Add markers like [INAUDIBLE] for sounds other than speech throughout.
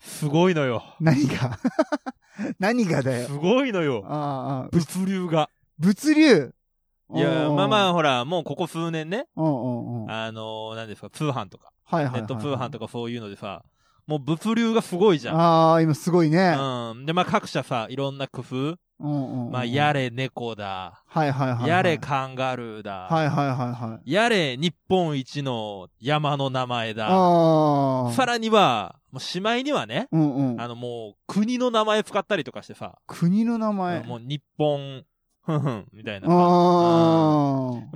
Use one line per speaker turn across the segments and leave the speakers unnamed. すごいのよ。
何が [LAUGHS] 何がだよ
す。ごいのよ。
ああああ、
物流が。
物流
いや、まあま
あ、
あ、ほら、もうここ数年ね、
うんうんうん。はい
あのー、何ですか、通販とか、
はいはい、
ネット通販とかそういうのでさ、もう物流がすごいじゃ
ああ、今すごいね。
ん。うん。で、まあ各社さ、いろんな工夫。
うんうんうん
まあ、や。れ猫だ。
はいはいはいはい。
やれ。カンガルーだ。
はいはいはいはい。
やれ日本一の山の名前だ。
ああ。
さらには、もうしまいにはね、
うんうん。
あのもう国の名前使ったりとかしてさ、
国の名前。
もう日本、ふんふん、みたいなさ。
ああ。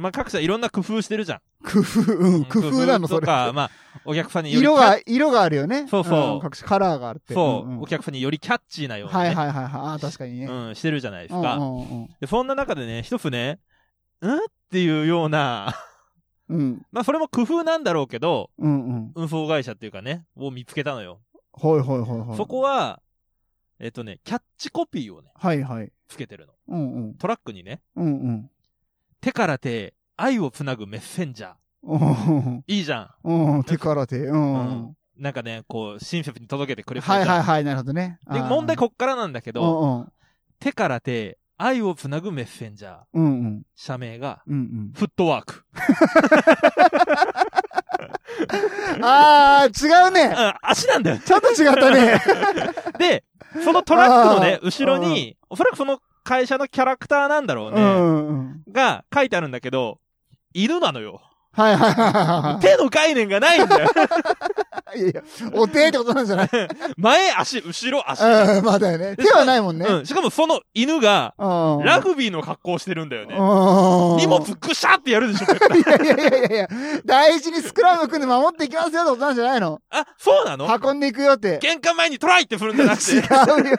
まあ各社いろんな工夫してるじゃん。
工夫、うん、工夫なの、そ
と
れ。
か、まあ、お客さんにより
色
キャ
が、色があるよね。
そうそうん
各種カラーがあるって。
そう、
んん
お客さんによりキャッチーなように、ね
はいはいはいはい。ああ、確かにね。
うん、してるじゃないで
う
す
ん
か。
うんうん
でそんな中でね、一つね、うんっていうような、 [LAUGHS]
うん。
まあそれも工夫なんだろうけど、
うんうん。
運送会社っていうかね、を見つけたのよ。
ほいほいほいほい。
そこは、えっとね、キャッチコピーをね、
はいはい。
つけてるの。
うんうん。
トラックにね、
うんうん。
手から手へ愛をつなぐメッセンジャー。
うん
いいじゃん。
うん。
[LAUGHS]
うん手から手。うんうん。
なんかね、こう、親切に届けてくれるじゃん。
はいはいはい。なるほどね。
で、問題こっからなんだけ
う
ど、
んうん。
手から手へ愛をつなぐメッセンジャー。
うんうん。
社名が、 [LAUGHS]
うん
フットワーク。
うん。あー、違うね。
あ足なん
[LAUGHS]
だよ。
ちょっと違っ
[LAUGHS]
たね。
で、そのトラックのね、
あー
後ろに、おそらくその会社のキャラクターなんだろう
う
ね。
んうん。
が書いてあるんだけど、犬なのよ。
はいはいはい
手の概念がないんだよ。
はい。いやいや、お手ってことなんじ
[LAUGHS]
ゃない
前足、後ろ足。
うん、まあだよね。手はないもんね。
うん。しかもその犬が、
うん
ラグビーの格好をしてるんだよね。
うん
荷物ぐしゃってやるでしょ、絶対
いや [LAUGHS] いやいやいや大事にスクラム組んで守っていきますよってことなんじゃないの
あ、そうなの
運んでいくよって。
玄関前にトライって振るんじゃなく
違
[LAUGHS] て。
うよ。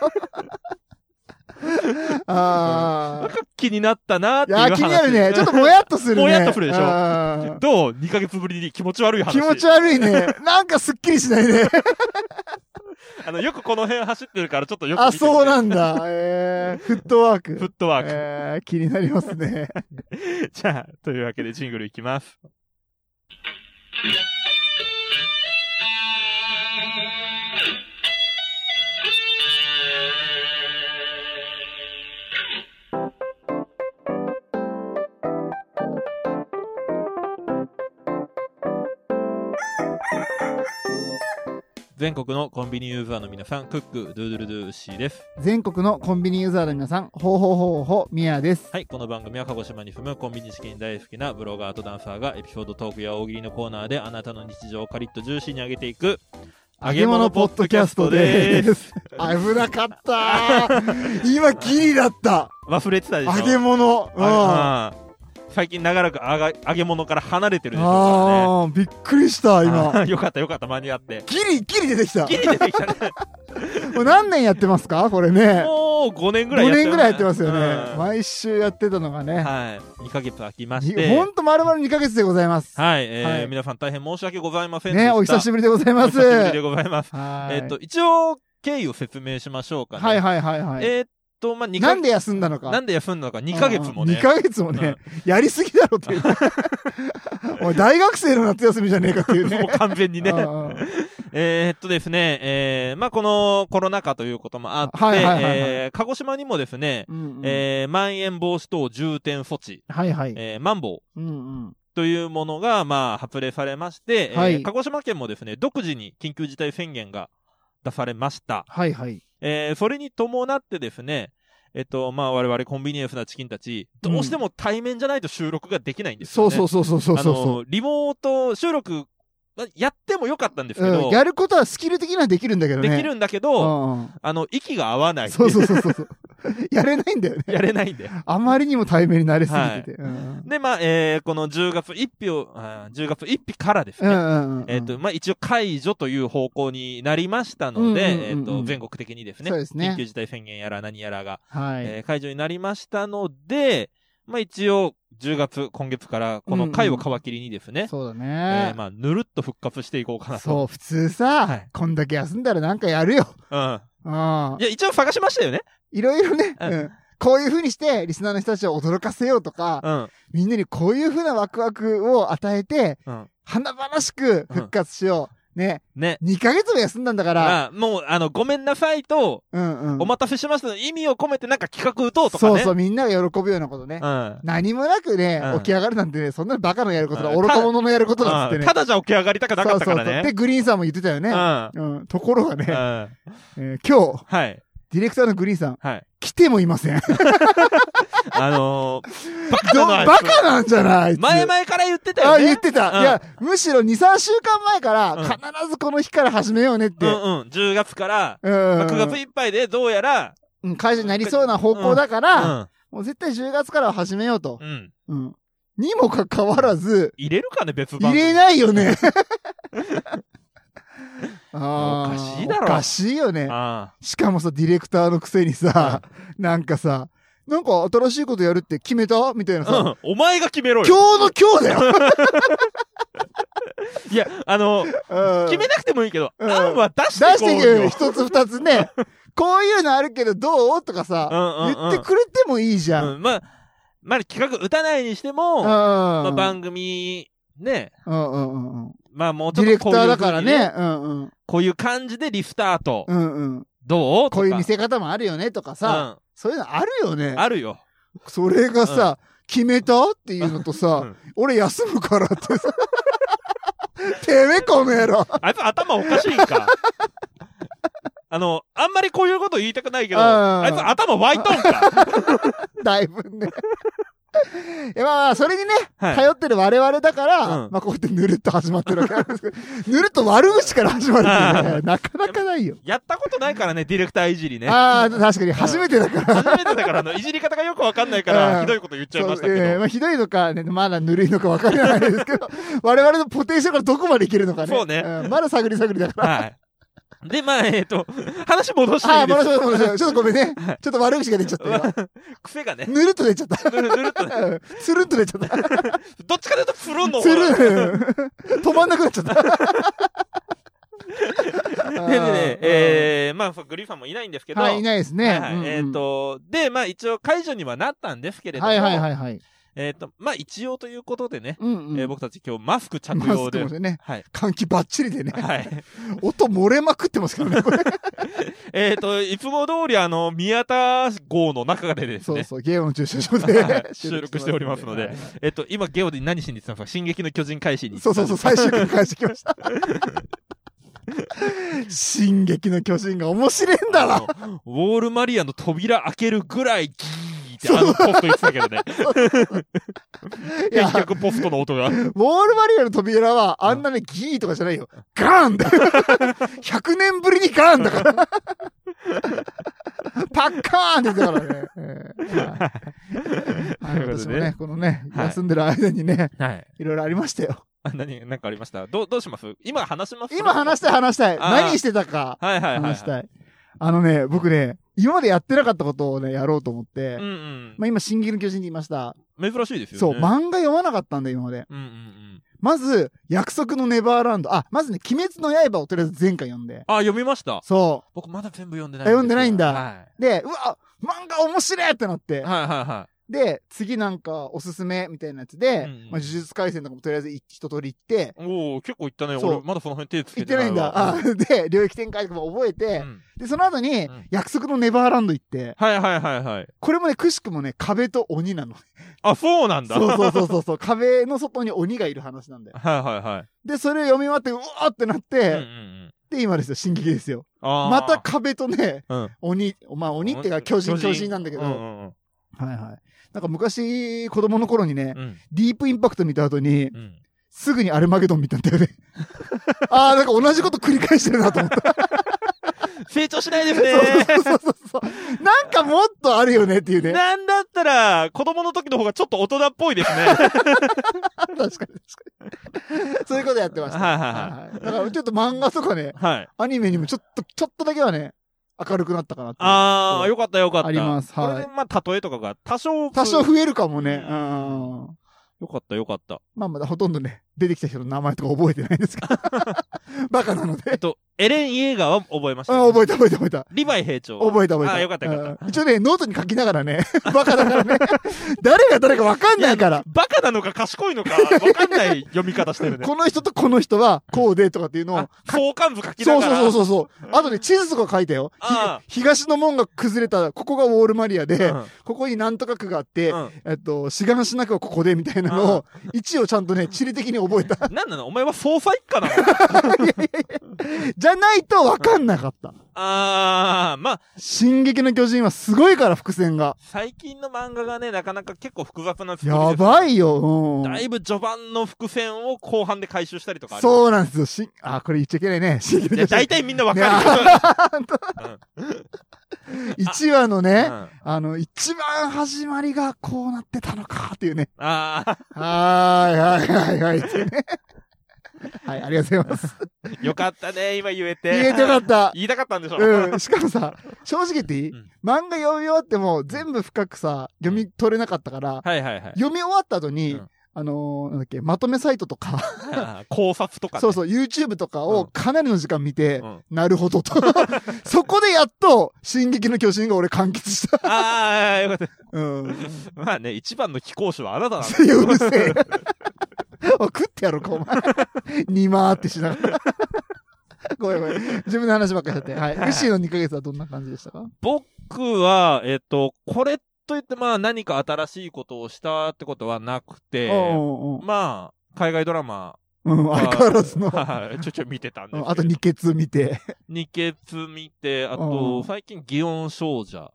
ああ。
気になったなって
い
いう
や、
話。
気になるね。ちょっともやっとするね。
もやっとするでしょど
ょ。
う ?2 ヶ月ぶりに気持ち悪い話。
気持ち悪いね。なんかすっきりしないね。
あの、よくこの辺走ってるからちょっとよく見て
あ、
て
そうなんだ。えー、フットワーク。
フットワーク。
えー、気になりますね。
[LAUGHS] じゃあ、というわけでジングルいきます。全国のコンビニユーザーの皆さん、クック、ドゥードゥルドゥーシーです。
全国のコンビニユーザーの皆さん、ほうほうほうほう、みやです。
はい、この番組は鹿児島に住むコンビニチキン大好きなブロガーとダンサーがエピソードトークや大喜利のコーナーであなたの日常をカリッとジューシーに上げていく
揚げ物ポッドキャストでーす。危なかったー。
[LAUGHS]
今ギリだった。
忘れてたでしょ
揚げ物。うん。あ
あうん最近長らくあが揚げ物から離れてるでしょうからね
あー、びっくりした、今。
あよかったよかった間に合って
ギリ、ギリ出てきた。
ギリ出てきたね
[LAUGHS] もう何年やってますかこれね。
もう5年ぐ
5
らい
年ぐらいやってますよね。
うん
毎週やってたのがね。
はい2ヶ月空きまし
にほ
て
んと丸々2ヶ月でございます。
はい、えー
はい
皆さん大変申し訳ございませんでした
ね、お久しぶりでござい
お
ま
久
す。
しぶりでございます
はい
えっと、一応、経緯を説明しましょうかね。
はいはいはいはい。
えっと、まあ、2ヶ
なんで休んだのか。
なんで休んだのか、2ヶ月もね
2。ヶ月もね、やりすぎだろ
[LAUGHS]
っていう。おい、大学生の夏休みじゃねえかっていう
[LAUGHS] も
ね。
う完全にね。
うんうん
えーっとですね、えー、まあ、このコロナ禍ということもあって、
はいはいはいはい
えー、鹿児島にもですね、
うんうん
[LAUGHS] えー、まん延防止等重点措置、
はいはい。
えー、マンボウ
うんうん。
というものが、まあ、発令されまして、えー
はい
鹿児島県もですね、独自に緊急事態宣言が出されました。
はいはい。
えー、それに伴ってですね、えっと、まあ、我々コンビニエンスなチキンたち、どうしても対面じゃないと収録ができないんです
そ
よね。
うそうそうそうそうそう
あの、リモート収録、まやってもよかったんですけ
う
ど、
ん。やることはスキル的にはできるんだけど
で
ね。
きるんだけ
う
ど、
んうん。
あの、息が合わない。
そうそうそうそうそう。やれないんだよね。
[LAUGHS] やれないんで。
あまりにも対面に慣れすぎてて。うん
で、まあ、えーこの10月1日を、あー10月1日からです
う
ね、
んうんうんうん。
えっ、と、まあ、一応解除という方向になりましたので、
うんうんうんうん
えっ、と、全国的にですね、
そうですね
緊急事態宣言やら何やらが、
はい。
えー解除になりましたので、まあ、一応、10月、今月から、この回を皮切りにですね、
そうだ
えー
ね。
まあ、ぬるっと復活していこうかな
そ
と。
う、普通
は
さ
い、
こんだけ休んだらなんかやるよ。
うん。
うん
い。や、一応探しましたよね。
いろいろね、
うん
うんこういう風にして、リスナーの人たちを驚かせようとか、
うん。
みんなにこういう風なワクワクを与えて、
うん
華々しく復活しよう。ね、
ね。
2ヶ月も休んだんだから、
あもう、あの、ごめんなさいと、
うんうん。
お待たせしましたの意味を込めてなんか企画打とうとか
そ
ね。
うそう、みんなが喜ぶようなことね。
うん。
何もなくね、
うん
起き上がるなんてね、そんなバカのやることだ、
うん
愚か者のやることだっつって
うん
ね。
ただじゃ起き上がりたくなかったから
で、
ね。
グリーンさんも言ってたよ
う
ね。
ん。
うん。ところがね、
うん
えー今日、
はい。
ディレクターのグリーンさん、
はい。
来てもいませ
[LAUGHS]
ん。
あの
[LAUGHS]
ー、バカ
ど
だなあいつ
バカなんじゃないあいつ
前々から言ってた
あ、
よね。
言ってた。
うん
いや、むしろ2、3週間前から、
うん
必ずこの日から始めようねって。
う
うんん。
うん。10月から、まあ9月
う
いっぱいでどうやら、
ん会社になりそうな方向だから、
う
もう絶対10月からは始めようと。
ん。うん。
うん。にもかかわらず、
入れるかね、別番
入
組。
れないよね。 [LAUGHS] あー
おかしいだろ
おかしいよね。
あ
しかもさ、ディレクターのくせにさ、なんかさ、なんか新しいことやるって決めたみたいな
あ。う
さ、
ん。お前が決めろよ。
今日の今日だよ、
いや、あの、
うん
決めなくてもいいけど、
うん
案は出
出
してい
し
こう
て
よ。
くれる一つ二つ
[LAUGHS]
ね。こういうのあるけどどうとか
う
さ、
んうんうん。
言ってくれてもいいじゃん。
うん、まあ、まあ、企画打たないにしても、ま
ま
あ、番組、ね、
うんうんうんうん
まあもうち
デ
ょ
ィ
っ
レ
と
ク
こ
タ
ういう
ーだ
風
か
に
ら
ね
ね。うんうん。
こういう感じでリスタート。
うんうん。
どう
こういう見
と
せ方もあるよねとか
か
さ、そういうのあるよね
うん、。あるよ。
それがさ、決めたっていうのとさ、
うん
俺休むからってさ、 [LAUGHS] てめえこの野郎
あいつ頭おかしいんか。 [LAUGHS] あの、あんまりこういうこと言いたくないけど、
うん
あいつ頭湧いとん
[LAUGHS]
か。
だいぶね。いやまあまあ、それにね、
はい。
頼ってる我々だから、
うん
まあこうやってぬるっと始まってるわけなんですけど、 [LAUGHS] ぬるっと悪口から始まるっ
[LAUGHS]
てね、なかなかないよ。
やったことないからね、ディレクターいじりね。
ああ、確かに初めてだから。
初めてだから、あの、いじり方がよくわかんないから、
うん
ひどいこと言っちゃい
そう
ましたけど。
えーまあ、ひどいのか、ね、まだぬるいのか分からないですけど、 [LAUGHS] 我々のポテンシャルがどこまでいけるのかね。
そうね
んまだ探り探りだから。
はい。で、まあ、えっ、と、話戻してい
あ
い
あ、
で
戻し
す
ましょう、戻しましょうちょっとごめん
[LAUGHS]
ね。ちょっと悪口が出ちゃった今。
か癖がね、
ぬるっと出ちゃった。
ぬるぬるっとね、
うん [LAUGHS] つるんと出ちゃっ
ど
た。
っちかというと、つるんの
つ
方が
るん。 [LAUGHS] 止まんなくなっちゃった。
[LAUGHS] ででね、えー、まあ、グリーンさんもいないんですけど、
はい、いないですね。
はいはい
うんうん
えっ、と、で、まあ一応解除にはなったんですけれども、
はいはいはいはい。
えっ、と、まあ一応ということでね、
うんうん
えー僕たち今日マスク着
マス
用
ク
で
も、してね、
はい。
換気ばっち
[LAUGHS]
りでね、
はい。
音漏れまくってますけどね、これ。
えっと、いつも通りあの、宮田号の中でです
そう
ね、
そう、ゲームの駐車場
はい
[LAUGHS] で
収録しておりますので
はい
えっと、今ゲオで何しに行ってたんですか進撃の巨人開始に。
そうそうそう、
う。
最終回返してき
[LAUGHS]
ました。進撃の巨人が面白いんだ
あ
な。
のウォールマリアの扉開けるぐらいギーってあのポスト言ってたけどね。
いや
結局ポストの音が。
ウォールマリアの扉は、あんなね、ギーとかじゃないよ。ガーンだ [LAUGHS] !100 年ぶりにガーンだから。 [LAUGHS] パッカーンって言ってたからね。えーはいはい
ということで
私もね、このね、
はい
休んでる間にね、
はい。
いろいろありましたよ。
あ、何、なんかありましたどう、どうします今話します
今話したい話したい。
あー
何してたか
はいはいはいはい。
話したい。あのね、僕ね、今までやってなかったことをね、やろうと思って
うん、うん。
まあ今、進撃の巨人にいました。
珍しいですよね。
そう、漫画読まなかったんだ、今まで。
うんうんうん。
まず、約束のネバーランド。あ、まずね、鬼滅の刃をとりあえず前回読んで。
あ、読みました。
そ
僕まだ全部読んでない
あ読んでないんだ
は
う。で、うわ、漫画面白いってなって
い、。はいはいは
で、次なんか、おすすめみたいなやつで、
うんうん
まあ、呪術廻戦とかもとりあえず一一通り行って、
い。おお結構いったね。
そう
俺まだその辺手つ
行
け
ってて
な
ないいんだ。
わ
あで、領域展開とかも覚えて、
うん
で、その後に、
うん
約束のネバーランド行って、
はいはいはいはい。
これもね、くしくもね、壁と鬼なの。
あ、そうなんだ。
そう
はい
そうそうそう [LAUGHS] そう、壁の外に鬼がいる話なんだよ。
はいはい。
で、それを読み終わって、うわーってなって、
うんうんうん
で、今ですよ、進撃ですよ。
あー
また壁とね、
うん
鬼、まあ鬼っていうか巨人、巨人なんだけど、
ううんうん
はいはい。なんか昔、子供の頃にね、
うん
ディープインパクト見た後に、
うん
すぐにアルマゲドン見たんだ
[LAUGHS]
よね。ああ、なんか同じこと繰り返してるなと思った。
成長しないですね。
[LAUGHS] そうそうそうそう。なんかもっとあるよねっていうね。
なんだったら、子供の時の方がちょっと大人っぽいです
[LAUGHS]
ね。
確かに確かに。そういうことやってました。
はいはい
はいだからちょっと漫画とかね、
はい。
アニメにもちょっと、ちょっとだけはね、明るくなったかなっていう。
あ
そ
あ、
う
よかったよかった。
ありますはい
これで、まあ、例えとかが多少。
多少増えるかもね。
う
うん。
よかったよかった。
まあまだほとんどね、出てきた人の名前とか覚えてないで
[LAUGHS]
すかバカなの
えっ
で。
と、エレン・イエーガーは覚えました、
あ覚えた覚えた覚えた。
リヴァイ兵長は。
覚えた覚えた。
あよかったよかった
うん一応ね、ノートに書きながらね、 [LAUGHS] バカだからね、誰が誰かわかんないから。
バカなのか賢いのか分かんない読み方してるね。
[LAUGHS] この人とこの人はこうでとかっていうのを
あ、相関図書き
そ
な
う
がら。
そうそうそう。あとね、地図とか書いたよ。ひ
ああ
東の門が崩れた、ここがウォールマリアで、
うん
ここになんとか区があって、
うん
えっと、志願しなくはここでみたいなのを、位置をちゃんとね、地理的に覚えた。
なんなのお前は捜査一課なの
じゃないとわかんなかった。
あー、まあ、
進撃の巨人はすごいから、伏線が。
最近の漫画がね、なかなか結構複雑な作りです
やばいよ。うん。
だいぶ序盤の伏線を後半で回収したりとかある
そうなんですよ。しん、あ、これ言っちゃいけないね。進撃
いや、
の巨
大
[LAUGHS] 人。
体みんなわか
1話
る。
の
う
ね、
ん、
あの、一番始まりがこうなってたのかっていうね。
あ
はーい、はい、はい、はいってね。はい、ありがとうござい
[LAUGHS]
ます。
ー、よかったね、今言えて。
言えてよかった。
言いたかったんでしょ、
うん、しかもさ、正直言っていい、
うん
漫画読み終わっても全部深くさ、読み取れなかったから、
はいはいはい。
読み終わった後に、
うん
あのーなんだっけ、まとめサイトとか、
あー考察とか、ね。
そうそう、YouTube とか
う
を
ん
かなりの時間見て、
うん
なるほどと。 [LAUGHS] そこでやっと、進撃の巨人が俺完結した。
ああ、よかった。
うん。
まあね、一番の貴公子はあなたなんだ。
[LAUGHS] いやうるせえ。お食ってやろうか、お前。にまーってしながら。ごめんごめん。自分の話ばっかりしちゃって。はい。ウッシーの2ヶ月はどんな感じでしたか
僕は、えっ、と、これといって、まあ何か新しいことをしたってことはなくて、
おうおう
まあ、海外ドラマ、
おううん、相変わらず
[LAUGHS]
の。
はいちょいちょい見てたんですけ
うん
ど。
あと二血見て。
二ケツ見て、あ
う
と
ん、
最近、祇園少女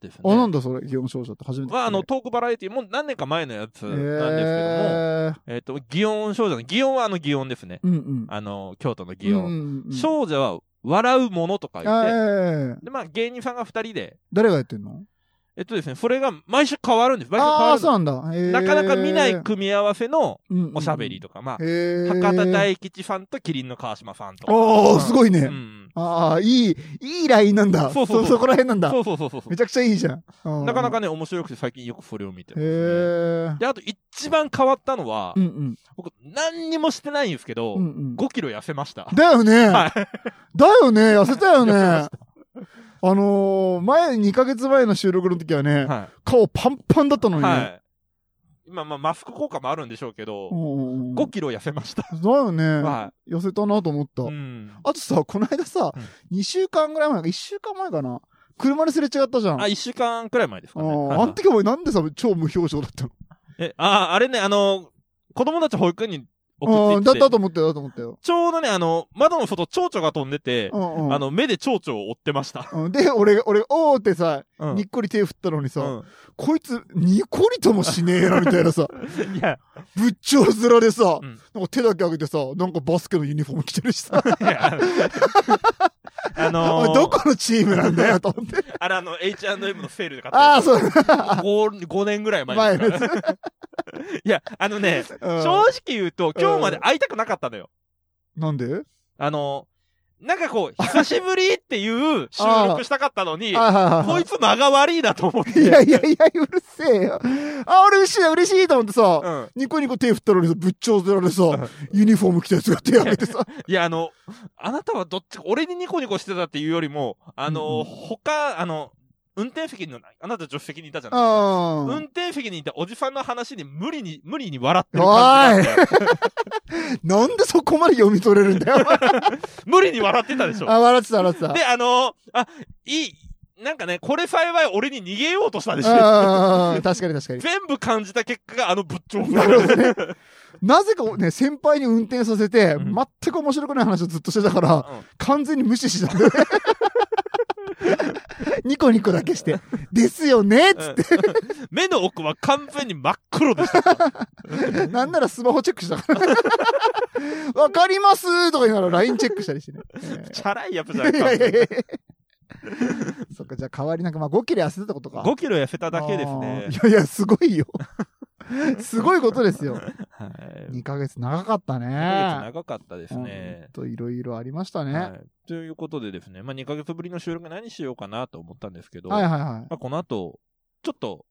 ですね。
あ、なんだそれ、祇園少女って初めて聞いた。
は、あの、トークバラエティ、もう何年か前のやつ
え
なんですけども、
ー、
えっ、と、祇園少女の、祇園はあの祇園ですね。
うんうん。
あの、京都の
うん
祇園。
うんうん
少女は、笑うものとか言
あ
って、
えー
で、まあ、芸人さんが二人で、
誰がやってんの
えっとですね、それが毎週変わるんです。毎週変
あ
わ
あー、
る
そう
の
なんだ。えー
なかなか見ない組み合わせのおしゃべりとか、まあ、
うんうんうんへー
博多大吉さんと麒麟の川島さんとか。
おー、すごいね。
うん。
ああ、いい、いいラインなんだ。
そうそうそう
そこら辺なんだ。
そうそうそうそう。
めちゃくちゃいいじゃん。うん
なかなかね、面白くて最近よくそれを見て
へ
ますね、
え。
で、あと一番変わったのは、
うんうん。
僕何にもしてないんですけど、
うんうん
5キロ痩せま
[LAUGHS]
した。
だよね。
はい
だよね。痩せたよね。
痩
あのー、前、2ヶ月前の収録の時はね、
は
顔パンパンだった
い。
のに
は
ね。
い。今、まあ、マスク効果もあるんでしょうけど、
うん
5キロ痩せました。
だよね。
は
痩せたなと思った
い。う。ん。
あとさ、この間さ
うん、
2週間ぐらい前か、1週間前かな。車ですれ違ったじゃん。
あ、
あ
1週間くらい前ですかね。はい
ー
は
あ
い
ん時お前なんでさ、超無表情だったの
え、あ、あれね、あの、子供たち保育園に送
あ
っ
ー
て
だ
いっ
ってたと思ったよ、だと思ったよ。
ちょうどね、あの、窓の外、蝶々が飛んでて、
うんうん
あの、目で蝶々を追ってました。
うんで、俺が、俺、おーってさ、
うん
にっこり手振ったのにさ、
うん [LAUGHS]
こいつ、にこりともしねえな、みたいなさ、
いや、
仏頂面でさ、
うん
なんか手だけ上げてさ、なんかバスケのユニフォーム着てるしさ、
いやあのあの
[LAUGHS] おいどこのチームなんだよ、と思って。
あれあの、H&M のセールで買ったや [LAUGHS]
ああ、
つ
そうだ、
5, 5年ぐらい前
前
で
の
す
や
か
つ。
ら。いや、あのね、
うん
正直言うと、今日まで会いたくなかったのよ。
なんで
あの、なんかこう、
[LAUGHS]
久しぶりっていう収録したかったのに、
あ
こいつ間が悪いなと思っ
い
て。
やいやいや、うるせえよ。あ、俺、嬉しい、嬉しいと思ってさ、
うん。
ニコニコ手振ったのにさ、仏頂面でさ、ユニフォーム着たやつが手上げてさ、
いや、あの、あなたはどっちか、俺にニコニコしてたっていうよりも、あの、
うん
他、あの、運転席の、あなた助手席にいたじゃないですか。
あ
運
ー
転席にいたおじさんの話に無理に、無理に笑ってる感じがあったよ
なんでそこまで読み取れるんだよ。
[LAUGHS] 無理に笑ってたでしょ。
あ、 [LAUGHS] 笑ってた、笑ってた。
で、あのーあ、いい、なんかね、これ幸い俺に逃げようとしたでしょ。
ああ、確かに確かに。
全部感じた結果があのぶっちょう
なるほどね。なぜかね、先輩に運転させて、
うん
全く面白くない話をずっとしてたから、完全に無視してたんだよ [LAUGHS] ね。ニコニコだけして、ですよねっつっ
目の奥は完全に真っ黒でしたから。
て、なんならスマホチェックしたから。わかりますとか言いながら LINE [LAUGHS] チェックしたり [LAUGHS] してね。
チャラいやつじゃ
え
ない
ーいやいやい
か。 [LAUGHS]
や [LAUGHS] そっか、じゃあ代わりなんか、まあ5キロ痩せてたことか。
5キロ痩せただけですね。
あーいやいや、すご
[LAUGHS]
いよ。すごいことですよ。
はい。
2ヶ月長かったね。
2ヶ月長かったですね
うん。といろいろありましたね。は
はいということでですね、まあ、2ヶ月ぶりの収録何しようかなと思ったんですけど、
いはいはい。
まあ、この後、ちょっと、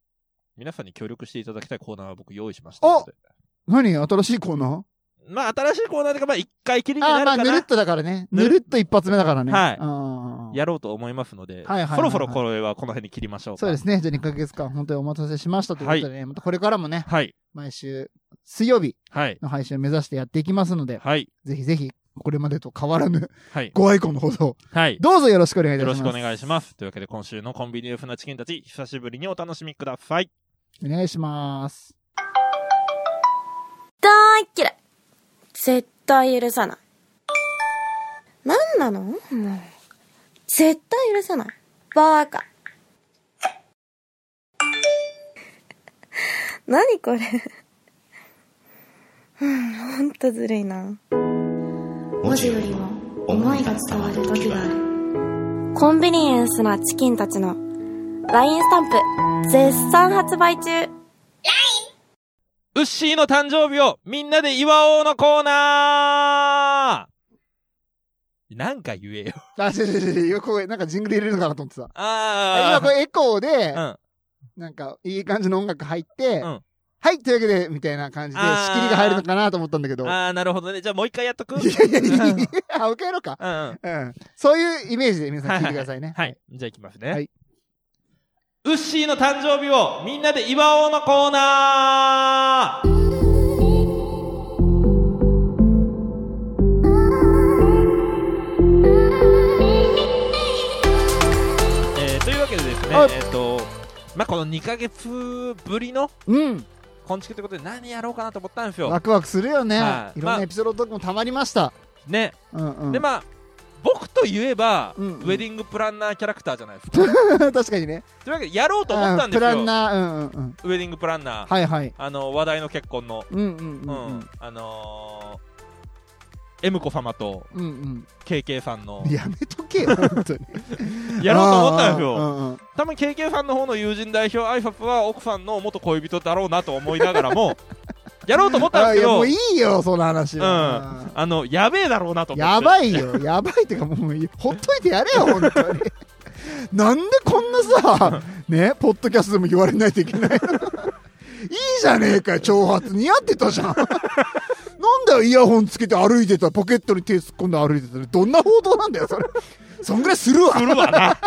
皆さんに協力していただきたいコーナーを僕用意しましたの
お
で。
何新しいコーナ
まあ、新しいコーナーでか、まあ、一回きりに
あ
な
あ、
る
まあ、
か
ぬるっ
な、
とだからね。
ぬる
ぬるっと一発目だからね。
はい
い
やろうと思いますので、
はいはいはいはい
そろそろこれはこの辺に切りましょうか。
そうですね。じゃあ2ヶ月間本当にお待たせしましたということでね、またこれからもね、
はい。
毎週水曜日
はい。
の配信を目指してやっていきますので、
はい。
ぜひぜひこれまでと変わらぬ
はい。
ご愛顧のほど、
はい。
どうぞよろしくお願いいた
よ
し
ろ
ます。
しくお願い
し
します。というわけで、今週のコンビニエフなチキンたち、久しぶりにお楽しみください。
ます。お願いします。
大っ嫌い絶対許さない何なのもう絶対許さないバーカ [LAUGHS] 何これ [LAUGHS] うんほんとずるいな
文字よりも思いが伝わる時がある
コンビニエンスなチキンたちの LINE スタンプ絶賛発売中
ウッシーの誕生日をみんなで祝おうのコーナーなんか言えよ。
あ、違う違う違う今これなんかジングル入れるのかなと思ってた。
あ
今こ
ー。
れエコーで、
うん。
なんかいい感じの音楽入って、
うん
はい、というわけで、みたいな感じで
あー
仕切りが入るのかなと思ったんだけど。いや
あー、なるほどね。じゃあもう一回やっとく。
いやいや
うん
いや、 [LAUGHS] あ、受けろか。
うん。
うん。そういうイメージで皆さん聞いてくださいね。
はい。じゃあ行きますね。
はい
ウッシーの誕生日をみんなで祝おうのコーナーえーというわけでですね、
はい
えっ、と、まあ、この2ヶ月ぶりの
うん。
昆虫ということで何やろうかなと思ったんです
ワ
よ。
クワクするよね。
はい
いろん
まあ
なエピソードトークもたまりました。
ね。
うんうん。
で、まあ、僕といえば、
うんうん
ウェディングプランナーキャラクターじゃない
[LAUGHS]
ですか。
確かにね。
というわけで、やろうと思ったんで
プ
す
ラ
よ。ウ
ン
ェ
ナー、うんうんうん。
ディングプランナー。
はいはい。
あの、話題の結婚の、
うんうん
う、
うんんうん。
あのー、M 子様と
うんうん
KK さんの、
やめとけよ、本当に。
やろうと思ったんですよ。
よ。
多分 KK さんの方の友人代表挨拶は奥さんの元恋人だろうなと思いながら
[LAUGHS]
も、やろうと思ったん
あ
ですけ
いや、も
ど
う、いいよ、その話
うん
は。、
あの、やべえだろうなと思って。
やばいよ、やばいってか、もういい、ほっといてやれよ、本当に。なんでこんな
[LAUGHS]
さ、ね、ポッドキャストでも言われないといけないのいいじゃねえかよ、挑発。似合ってたじゃん。なんだよ、イヤホンつけて歩いてた、ポケットに手突っ込んで歩いてたのどんな報道なんだよ、それ。そんぐらいするわ。
するわな。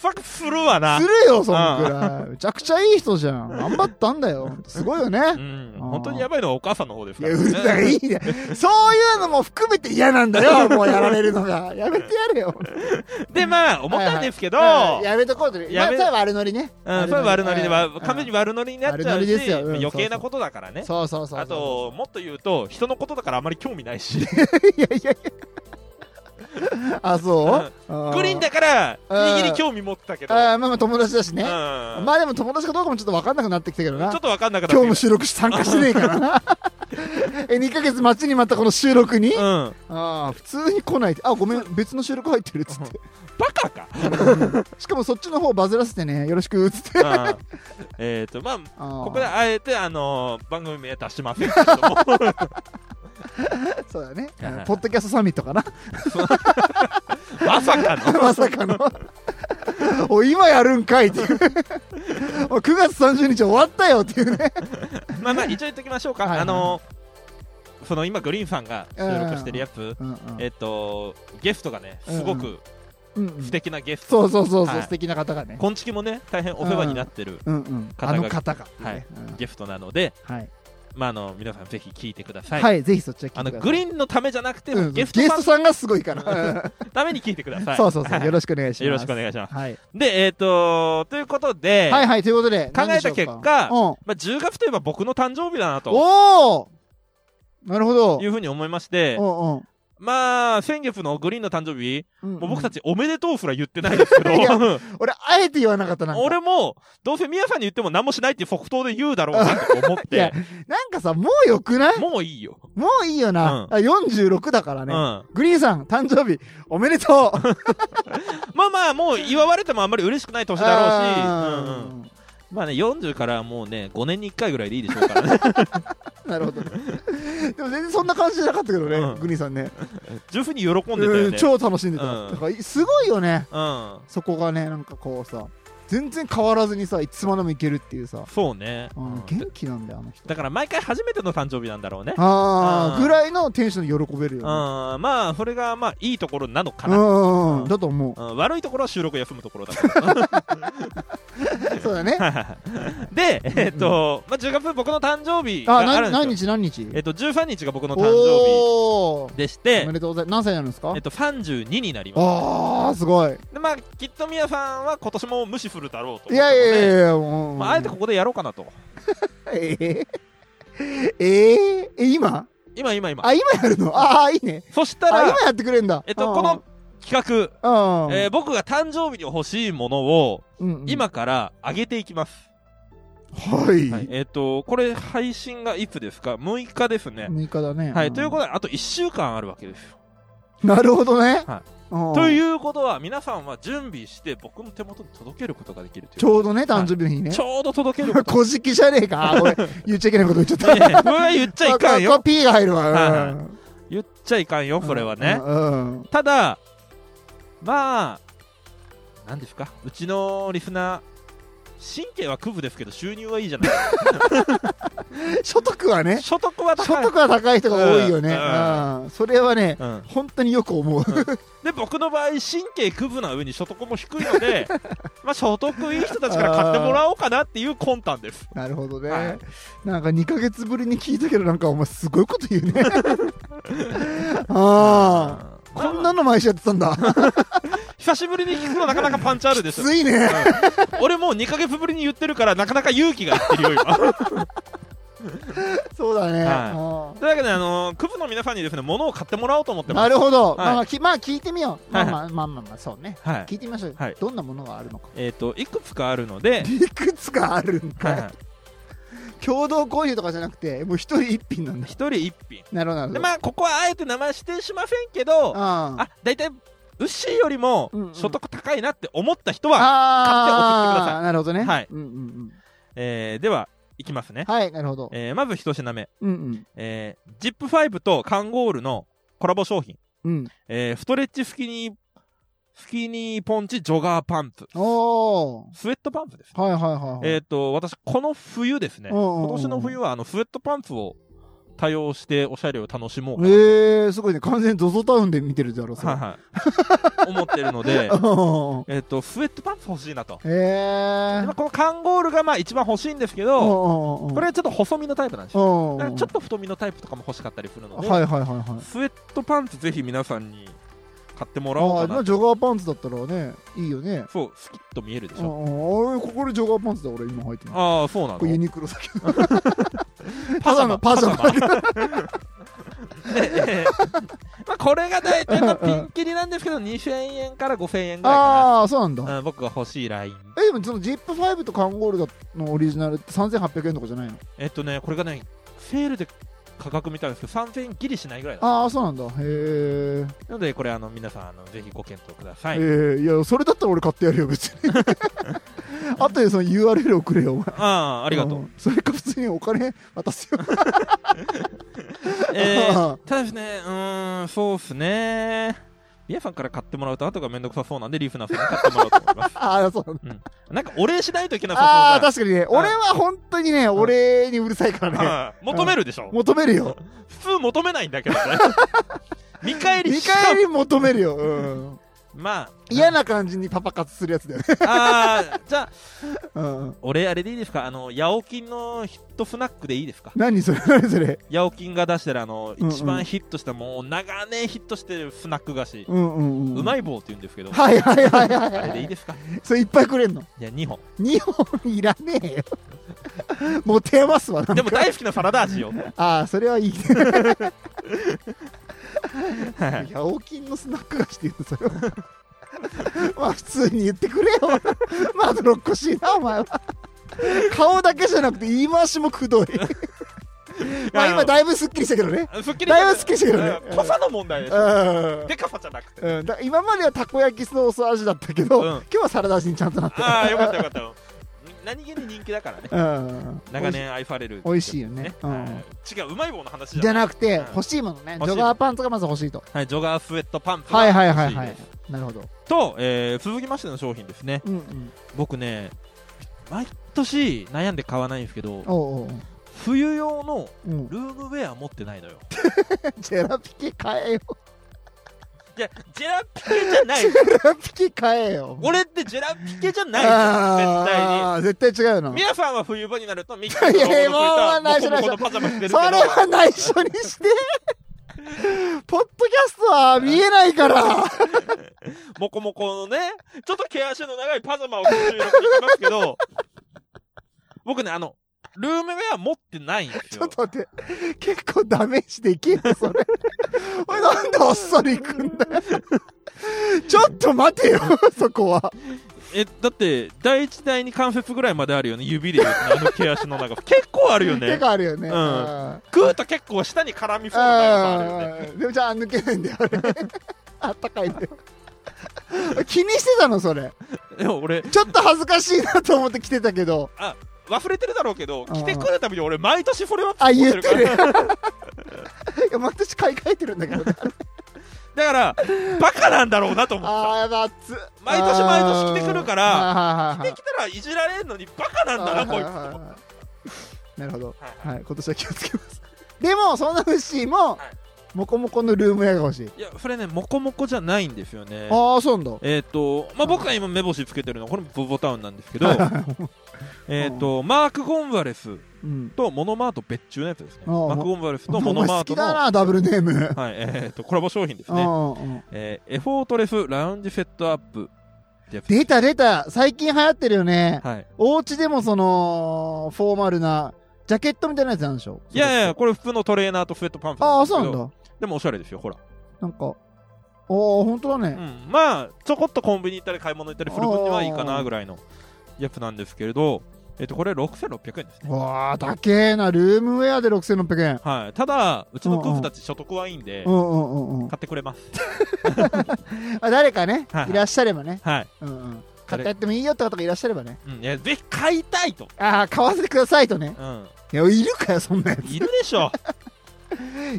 ファックするわな
す。るよ、そんぐらい。めちゃくちゃいい人じゃん。頑張ったんだよ。すごいよね。
うん、
あー
本当にやばいのはお母さんの方です
い
か
や、
ら、
うるさい、いいね。そういうのも含めて嫌なんだよ、もうやられるのが。やめてやれよ。
で、まあ、思ったんですけど、
はいやめとこうと。
や
や
め
めたら悪ノリね。
うん、それは悪ノリでは、
うん
完全に悪ノリになっちゃう
悪ノリ
し、
ですようん
余計
そうそ
な
う
ことだからね。
そうそうそうそう。
あ、と、もっと言うと、人のことだからあまり興味ないし、
いやいやいや。 [LAUGHS] あ、そう
グリーン
で。
だから、
うん
右に興味持ったけど、
あーまあまあ友達だし
う
ね
ん。
まあでも友達かどうかもちょっと分かんなくなってきたけどな
ちょっ。とわかんなかった
今日の収録参加してねえからな。 [LAUGHS] え、2ヶ月待ちに待ったこの収録に
うん。バ
ああ、普通に来ない。あ、ごめん、別の収録入ってるっつって。
カか。
しかもそっちの方バズらせてね、よろしくっつって。 [LAUGHS]
うんえっと、まあ、こ
こ
こであえて、あのー番組名出しませんけれど
[LAUGHS]
も。
そうだね
はいはい。
ポッドキャストサミットかな。
まさかの。
[LAUGHS] まさかの。おい今やるんかいっていう。 [LAUGHS] おい9月30日終わったよっていうね。
まあまあ、一応言っときましょうか。
はいはい
あのーその今、グリーンさんが収録してるやつ、
うんうん
えっと、ゲストがね、すごく
うんうん
素敵なゲスト。
そうそうそうそ、
はいう
素敵な方がね。
昆虫もね、大変お世話になってる
うんうん
方が
あの方が。
はい
ねうん
ゲストなので、
はい。
まあ、あの皆さんぜひ聞いてください、
はい、ぜひそっちは聞い
あ
て
の
ください。
グリーンのためじゃなくて、
うん
ゲ
ゲ
ストさ
ス
ん
ト
の
さんがすごい
[LAUGHS]
から。
ために聞いてください
[LAUGHS] そうそうそう。よろ
し
しくお願いします。
よろしくお願いします
はい。
でえっ、とということで、
はいはい、ということ
考
で。
えた
何でしょ
結
う
果
かうん。
まあ、10月といえば僕の誕生日だなと
おおなるほど。
いうふうに思いまして
うんうん
まあ先月のグリーンの誕生日、
うんうん
もう僕たちおめでとうすら言ってないですけど
いや俺、あえて言わなかったなんか。
[LAUGHS] 俺もどうせ宮さんに言っても何もしないって即答で言うだろうなと思っ
いや
て、
なんかさ、もうよくない
もういいよ、
もういいよな。
うん
あ46だから
うん、
ね、
ま
グリーンさん、誕生日、おめでとう
あまあもう祝われてもあんまり嬉しくない年だろうし、うんうん、
う
まあね、40からもうね、5年に1回ぐらいでいいでしょうから
[LAUGHS]
ね。
し。なるほど。 [LAUGHS] でも全然そんな感じじゃなかったけどね、
うん
グリーンさんね。
十分に喜んでたよ
うん
ね。
超楽しんでた。
うん
だからすごいよね。
うん。
そこがね、なんかこうさ、全然変わらずにさいつまでもいけるっていうさ、
そうね、
うん
うん
元気なんだよあの人
だから毎回初めての誕生日なんだろうね
あ
う
あ
ん
ぐらいのテンションで喜べる
うん
よね
まあそれがまあいいところなのか
う
な、
んうん
う
うんんだと
[LAUGHS]
思
うん悪いところは収録休むところだから
うそうだね
[LAUGHS] で、えっとまあ、10月僕の誕生日が
あ
ある
何
んですよ
何日何日
えっと、13日が僕の誕生
おお
日でし
お
て
め、でとうございます何歳になるんですか
えっと、32になります
ああすごい
でまあきっと宮さんは今年も無視するだろうと
いやいやい
や
やいやもう
まあ、あえてここでやろうかなと
えーえーえ今
今今今
あ今やるのああいいね
そした
あ今
ら
やってくれんだ
えっとこの企
の
画、えー僕が誕生日に欲しいものを今から上げていきます、
はい
はい、えっ、とこれ配信がいつですか6日ですね、
6日だね
はい、ということ
と
であと1週間あるわけですよ
なるほどね
はい
うん
ということは皆さんは準備して僕の手元に届けることができるという
ちょうどね誕生日の日ね
ちょうど届け
[LAUGHS]
ること
小じきじゃねえかあごめん言っちゃいけないこと言っちゃった
いやいやこれは言っちゃいかん
あ
よ
これ P が入る
は
わ
い
うん
言っちゃいかんよそれはね、
うんうん
ただまあ何ですかうちのリスナー神経はクブですけど収入はいいじゃない
[LAUGHS] 所得はね
所得は
所
高い
得が高い人が多いよね
うん
うんそれはね
うん、
本当によく思う
で僕の場合神経クブな上に所得も低いの
[LAUGHS]
でまあ所得いい人たちから買ってもらおうかなっていう魂胆です
なるほど
は
ね。なんか2ヶ月ぶりに聞いたけど、なんかお前すごいこと言う
[LAUGHS]
ね。ああ、こん
ま
なの毎週やってたんだ。
あ久しぶりに聞くのなかなかパンチあるで
[LAUGHS]
しょ
ついね。
俺もう2ヶ月ぶりに言ってるからなかなか勇気がいってるよ
[LAUGHS]
今と
そうだね。
はいうわけであのークブの皆さんにですね物を買ってもらおうと思っ
う
て
ん
ま
な
す
るほ
は
ど。
い
まあきまあ聞いてみよう。ま
は
あ
いはい
まあまあまあまあ、そうね。
はい
聞いてみましょう
はい。
どんなものがあるのか。
えっ、といくつかあるので
いくつかあるん
はいはい
か。共同購入とかじゃなくて、もう一人一品なんだ。
一人一品
なるほどなる
で
ほど。
まあここはあえて名前指定しませんけどあ
あ
大体ウッシーよりも
うんうん
所得高いなって思った人は、買って送ってくだ
あ
さ
ー、なるほどね。
はい
うんうんうん。
えーではいきますね、
はい、なるほど。
えーまず一品目、
うんうん。
えー、ジップファイブとカンゴールのコラボ商品、
うん。
えーストレッチスキニースキニーポンチジョガーパンツ
おー。
スウェットパンツです、
はいはいはいはい。
えっ、と私この冬ですね
うんうんうん
今年の冬はあのスウェットパンツを多用しておしゃれを楽しもうかなと
えー、すごいね。完全に ZOZO タウンで見てるだろ、それ。
はいはい
[LAUGHS]
思ってるので
うん
えっとスウェットパンツ欲しいなと
え
でまあ
ー。
このカンゴールがまあ一番欲しいんですけど、
こ
これはちょっと細身のタイプなんですよ、
うん
だからちょっと太身のタイプとかも欲しかったりするので、
はいはいはいはい。
スウェットパンツぜひ皆さんに買ってもら
あ
お
あ、
うか
今
な
ジョガーパンツだったらね、いいよね。
そうスキッと見えるでし
うん
ょ、
うんあれここでジョガーパンツだ、俺今履いてる。
ああそうなの
これユニクロだけど。
パジャマ
パジャマ
パジャマで [LAUGHS] えーまあこれが大体まあピンキリなんですけど2000円から5000円ぐらいか
ああ、そうなんだ。
な、うん、僕が欲しいライン
え、でもその ZIP5 とカンゴールドのオリジナルって3800円とかじゃないの
えっとねこれがねセールで価格見たんですけど3000円ギリしないぐらいだ
ああ、そうなんだ。へえ。
なのでこれあの皆さんあのぜひご検討ください、
ええ、いや、それだったら俺買ってやるよ、別
[LAUGHS]
に。あとでその URL 送れよ、お前。
ああありがとう、
んそれか普通にお金渡すよ。
えー、
[LAUGHS]
ただですねうーんそうっすねリアさんから買ってもらうと後がめんどくさそうなんでリーフナーさんに買ってもらおうと思い
[LAUGHS]
ます
ああ、そうなんだ。
なんかお礼しないといけな
あ
さ
あ、
そう
確かにね。俺は本当にね、俺にうるさいか
じ
らね。
ゃんうん求めるでしょ
求めるよ。
普通求めないんだけ
[LAUGHS]
どね見返り
見
しか
返り求めるよ。うん。
まあ
嫌な感じにパパ活するやつだよね。
あーじゃあ
うん。
俺あれでいいですかあのヤオキンのヒットフナックでいいですか
何それ何それ。
ヤオキンが出してるあの
うんうん
一番ヒットした、もう長年ヒットしてるスナック菓子、
うんうんうん。
うま
い。
い棒って言うんですけど、
はいはいはいはい
あれ
は
でいい
い。
ですか
それいっぱいくれんの。
いや2本
2本いらねえ [LAUGHS] よ。持て余すわ。なんか
でも大好きなサラダ味よ
ああ、それはいいね。
はい
いや、大金のスナック菓子って言うの、それは。まあ、普通に言ってくれよ。まどろっこしいな、お前は。顔だけじゃなくて、言い回しもくどい。まあ、今、だいぶすっきりしたけどね。
すっきり
だいぶすっきりしたけどね
うん濃さの問題で
う
すよ
ん
でかさじゃなくて
うん。だ今まではたこ焼きソース味だったけど、
うん
今日はサラダ味にちゃんとなってる
ああよかったよかった何気に人気だからね
うん。
長年愛される
美味しいよねうん
はい違ううまい棒の話じゃ
じゃ
ない
なくて、
うん
欲しいものね。
欲し
ジ
い
ョガーパンツがまず欲しいと。
はいジョガースウェットパンツ
はいはいはいは
欲し
い
です。
なるほど。
と、えー続きましての商品ですね
うんうん。
僕ね毎年悩んで買わないんですけど
おうおう
冬用の
おう。うん。
ルームウェア持ってないのよ
ジェラピケ買えよ。
いやジェラピケじゃ
[LAUGHS]
ない
ジェラピケ買えよ。
俺ってジェラピケじゃない絶対に
あー絶対違うの。
皆さんは冬場になるとミッキーの
いやいや
ロゴのついた
も
モコモコ
う
のパジャマ着てるけど
それは内緒にして。ポッドキャストは見えないから。
モコモコのねちょっと毛足の長いパジャマを着て収録に行きますけ
[LAUGHS]
ど僕ねあのルームウェア持ってないんです
ち
よ
ょっと待って。結構ダメージできるよ、それ。おい、なんであっさり行くんだよ。ちょっと待てよ、そこは。
えだって第一第二関節ぐらいまであるよね指で言うとあの毛足の長
[LAUGHS]
さ結構あるよ
結
ね
構あるよね。
うん
うん
食うと結構下に絡みそうな長さあるよね
うんでもじゃあ抜けないんだよ、あれ。あったかいんだよ。気にしてたの、それ。
でも俺
ちょっと恥ずかしいなと思って来てたけど。
忘れてるだろうけど着てくるたびに俺毎年それは
あ、言
持
って
から
る。い [LAUGHS] や、毎年買い替えてるんだ
[LAUGHS]
けどね。
だからバカなんだろうなと思った
あー、やば、熱っ
毎年毎年着てくるから
ら
着てきたらいじられんのにバカなんだなこいつと思って
なるほど。
はい
はい、今年は気をつけます。 [LAUGHS] でも、そんなウッシーも、モコモコのルームウェアが欲しい。
いやそれねモコモコじゃないんですよね
ああ、そうなんだ。
えっ、と、まあ、僕が今目星つけてるのはこれもボボタウンなんですけど [LAUGHS] えっとマーク・ゴンザレス
うん。
とモノマート別注のやつですね
ああ
マクゴンバレスとモ
お
ノ
前
マー
好
ト
き
の
だな、ダブルネーム。
はいえー、とコラボ商品です
うん
ね、
うん
えーエフォートレスラウンジセットアップってやつ
出た出た最近流行ってるよね。
はい、
お家でもその、フォーマルな、ジャケットみたいなやつなんでしょ
いやいやこれ普通のトレーナーとスウェットパンプ
ああ、そうなん
だ
だ。
でもおしゃれですよほら、
なんか、ああ、本当だ
う
ね。
ん、まあちょこっとコンビニ行ったり買い物行ったりする分にはいいかなぐらいのやつなんですけれど、えー、とこれ6600円ですね
わあ、高えな。ルームウェアで6600円。
はい、ただうちの夫婦たち所得はいいんで
うんうんうんうん。
買ってくれます
あ誰かね、
はいはい
いらっしゃればね。
はい、
うんうん。買ってやってもいいよって方がいらっしゃればね。
うん、いやぜひ買いたいと、
ああ、買わせてくださいとね。
うん、
いや、いるかよ、そんなや
いるでしょ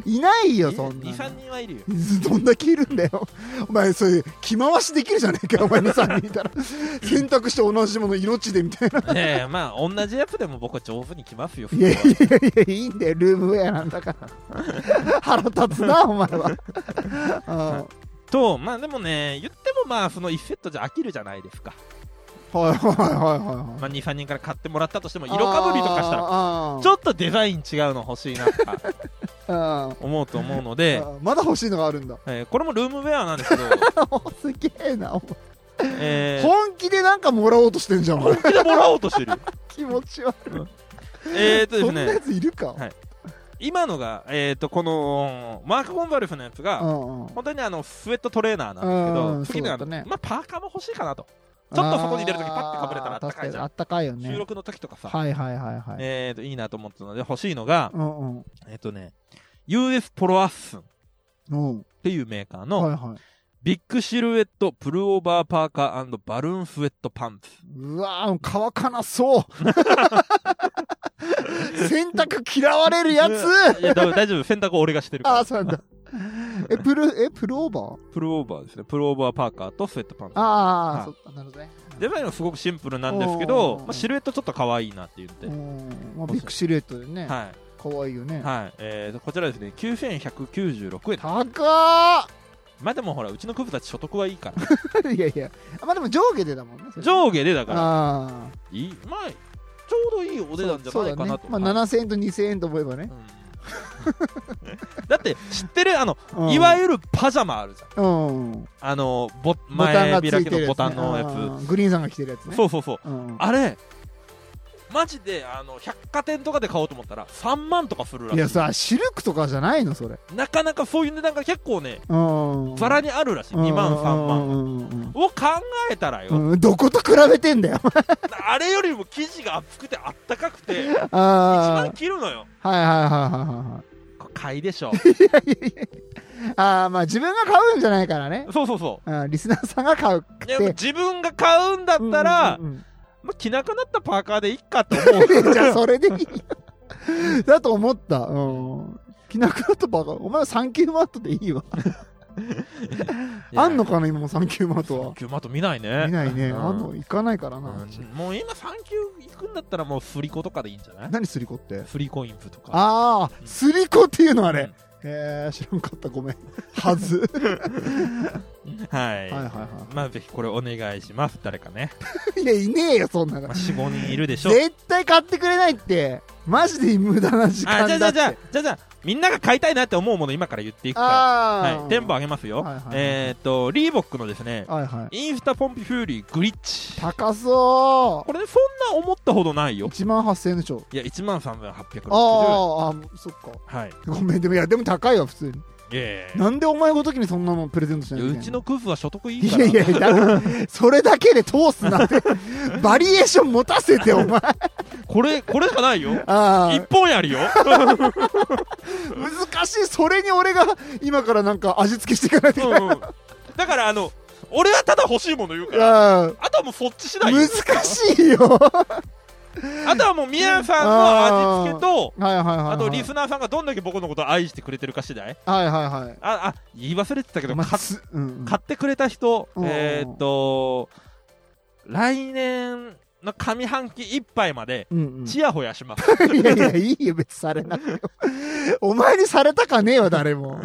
つ。い [LAUGHS] ないよ、そんなの。
23人はいるよ
[LAUGHS] どんだけいるんだよ。お前、そういう、着回しできるじゃねえかよ、お前の3人いた [LAUGHS] ら。洗濯して同じもの、色地でみたいな。
ねえまあ同じやつでも僕は上手に来ますよ
いやいやいや、いいんだよ、ルームウェアなんだから。腹立つな、お前は。あ
とまあでもね言ってもまあその1セットじゃ飽きるじゃないですか、
ーはいはいはいはいはい。
まあ、23人から買ってもらったとしても色かぶりとかしたら
ら
ちょっとデザイン違うの欲しいなとか [LAUGHS]
っ
思うと思うので、
まだ欲しいのがあ
[LAUGHS]
るんだ。
えーこれもルームウェアなんです
[LAUGHS]
けど、
すげえな、お前
えー
本気でなんかもらおうとしてんじゃん、お前
本気でもらおうとしてる
気持ち悪い。
えーっとで
そ
す
んなや
ね
ついるか。
今のが、えーっとこのマーク・ゴンバルフのやつが、
うんうん
本当にあのスウェットトレーナーなんですけど、次のあの
うんそうだったね
まあ、パーカーも欲しいかなと、ちょっと外に出るときパッてかぶれたらあったかいじゃん
あー確にあったかいよね。
収録の時とかさ、
はいはいはいはい。
えーっといいなと思ったので、欲しいのが、
うんうん。
えっとね、US ポロアッスンっ
うん。
ていうメーカー
はい
の
はい。
ビッグシルエットプルオーバーパーカーバルーンスウェットパンツ。
うわぁ、乾かなそう。 [LAUGHS] 洗濯嫌われ
[LAUGHS]
るや
いや、だ
つ
大丈夫、選択俺がしてるか
あ
ら
あ、。そうなんだ。え、プル、え、プルオーバー
プルオーバーですね。プルオーバーパーカーとスウェットパンツ。
あ
はい
あ、そっか、なるほどね。
デザインはすごくシンプルなんですけ
お
ど、
ー
まあ、シルエットちょっと可愛いなって言って
う。ん。まあ、ビッグシルエットでね。
は
可愛いよね
い。。はい。えー、こちらですね、9196円。
高ー
まあでもほら、うちのクブたち所得はいいから。
[LAUGHS] いやいや。まあでも上下でだもんね。それ
上下でだから、
ああ。
いい、まあ、ちょうどいいお値段じゃ
そう
な
だ
いか
ね
なと。
まあ
はい
7000円と2000円と思えばね。
うん [LAUGHS] だって知ってるあの、
うん
いわゆるパジャマあるじゃん
うん。
あのぼ
ボタン
前
が
開
つ
き
いてる
のボタンのや
つね
つ
あーグリーンさんが着てるやつね。
そうそうそう
うん。
あれマジであの百貨店とかで買おうと思ったら3万とかするらしい
いやさ、シルクとかじゃないのそれ。
なかなかそういう値段が結構ね
うん。
ざらにあるらしい2万3万
万。
を考えたらよ、
うん、どこと比べてんだよ。
[LAUGHS] あれよりも生地が厚くてあったかくて一番
あ
着るのよ
あ。はいはいはいはいはいは
これ買いでし
[LAUGHS]
ょ
い。ああ、まあ自分が買うんじゃないからね。
そうそうそ
あーリスナーさんが買う。
うでも自分が買うんだったら、
うんうんうん
まあ、着なくなったパーカーでいっかと思う。
[LAUGHS]
[LAUGHS]
じゃあそれでいいよ。だと思った。うん。着なくなったばっか。お前はサンキューマートでいいわ。あんのかな今もサンキューマートは
サン。キューマート見ないね。
見ないね。
うん
あんの行かないからな。
うんもう今産休行くんだったらもう振り子とかでいいんじゃない
何すりこって。
振り子インプとか。
ああ、すりこっていうのあ
う
れ
ん。
えー、知らんかった。ごめん。はず。 [LAUGHS]
はい。
はいはいは
まあぜひこれお願いします。誰かね。
い。いや、いねえよ、そんなの
まあ、。4、5人いるでしょう。
絶対買ってくれないって。マジで無駄な時
あ、
間
じゃあじゃあ
だっ
じゃあ
て。、
じゃあじゃあ、みんなが買いたいなって思うもの今から言っていくから。
あ
は
あ。
い。テンポ上げますよ。
はいはいはい
えーっと、リーボックのですね、
はいはい。
インスタポンピフューリーグリッチ。
高そ。
これね、そんな思ったほどないうよ。
1万8000円でしょ。
いや、13,860円。
あーあ、そっか。
はい。
ごめん、でもいや、でも高いわ、普通に。
いやいやいや
なんでお前ごときにそんなのプレゼントしないいと
や
い
う
けない
ちのクズは所得いい
い
か
や
ら。
いやいや、それだけで通すな [LAUGHS] って。バリエーション持たせて、お前。あ
これ、これじゃないよ。
[LAUGHS] あ
一、本やる
[LAUGHS]
よ。
難しい。それに俺が今からなんか味付けしていかないといけない。
うんうんだからあの俺はただ欲しいもの言うから
あ
あとはもうそっち次
あ
第よ
難しいよ。は
あとはもう宮さんの味付けと
いはいはい、はい。
あとリスナーさんがどんだけ僕のことを愛してくれてるか次第
はいはいはい。
ああ言い忘れてたけど、
まあ
か
すうんうん
買ってくれた人
うん
えーっと来年の上半期いっぱいまで
うんうん、
ちやほやします
いやいや、いいよ、別にされな [LAUGHS] くても。お前にされたかねえわ、誰も。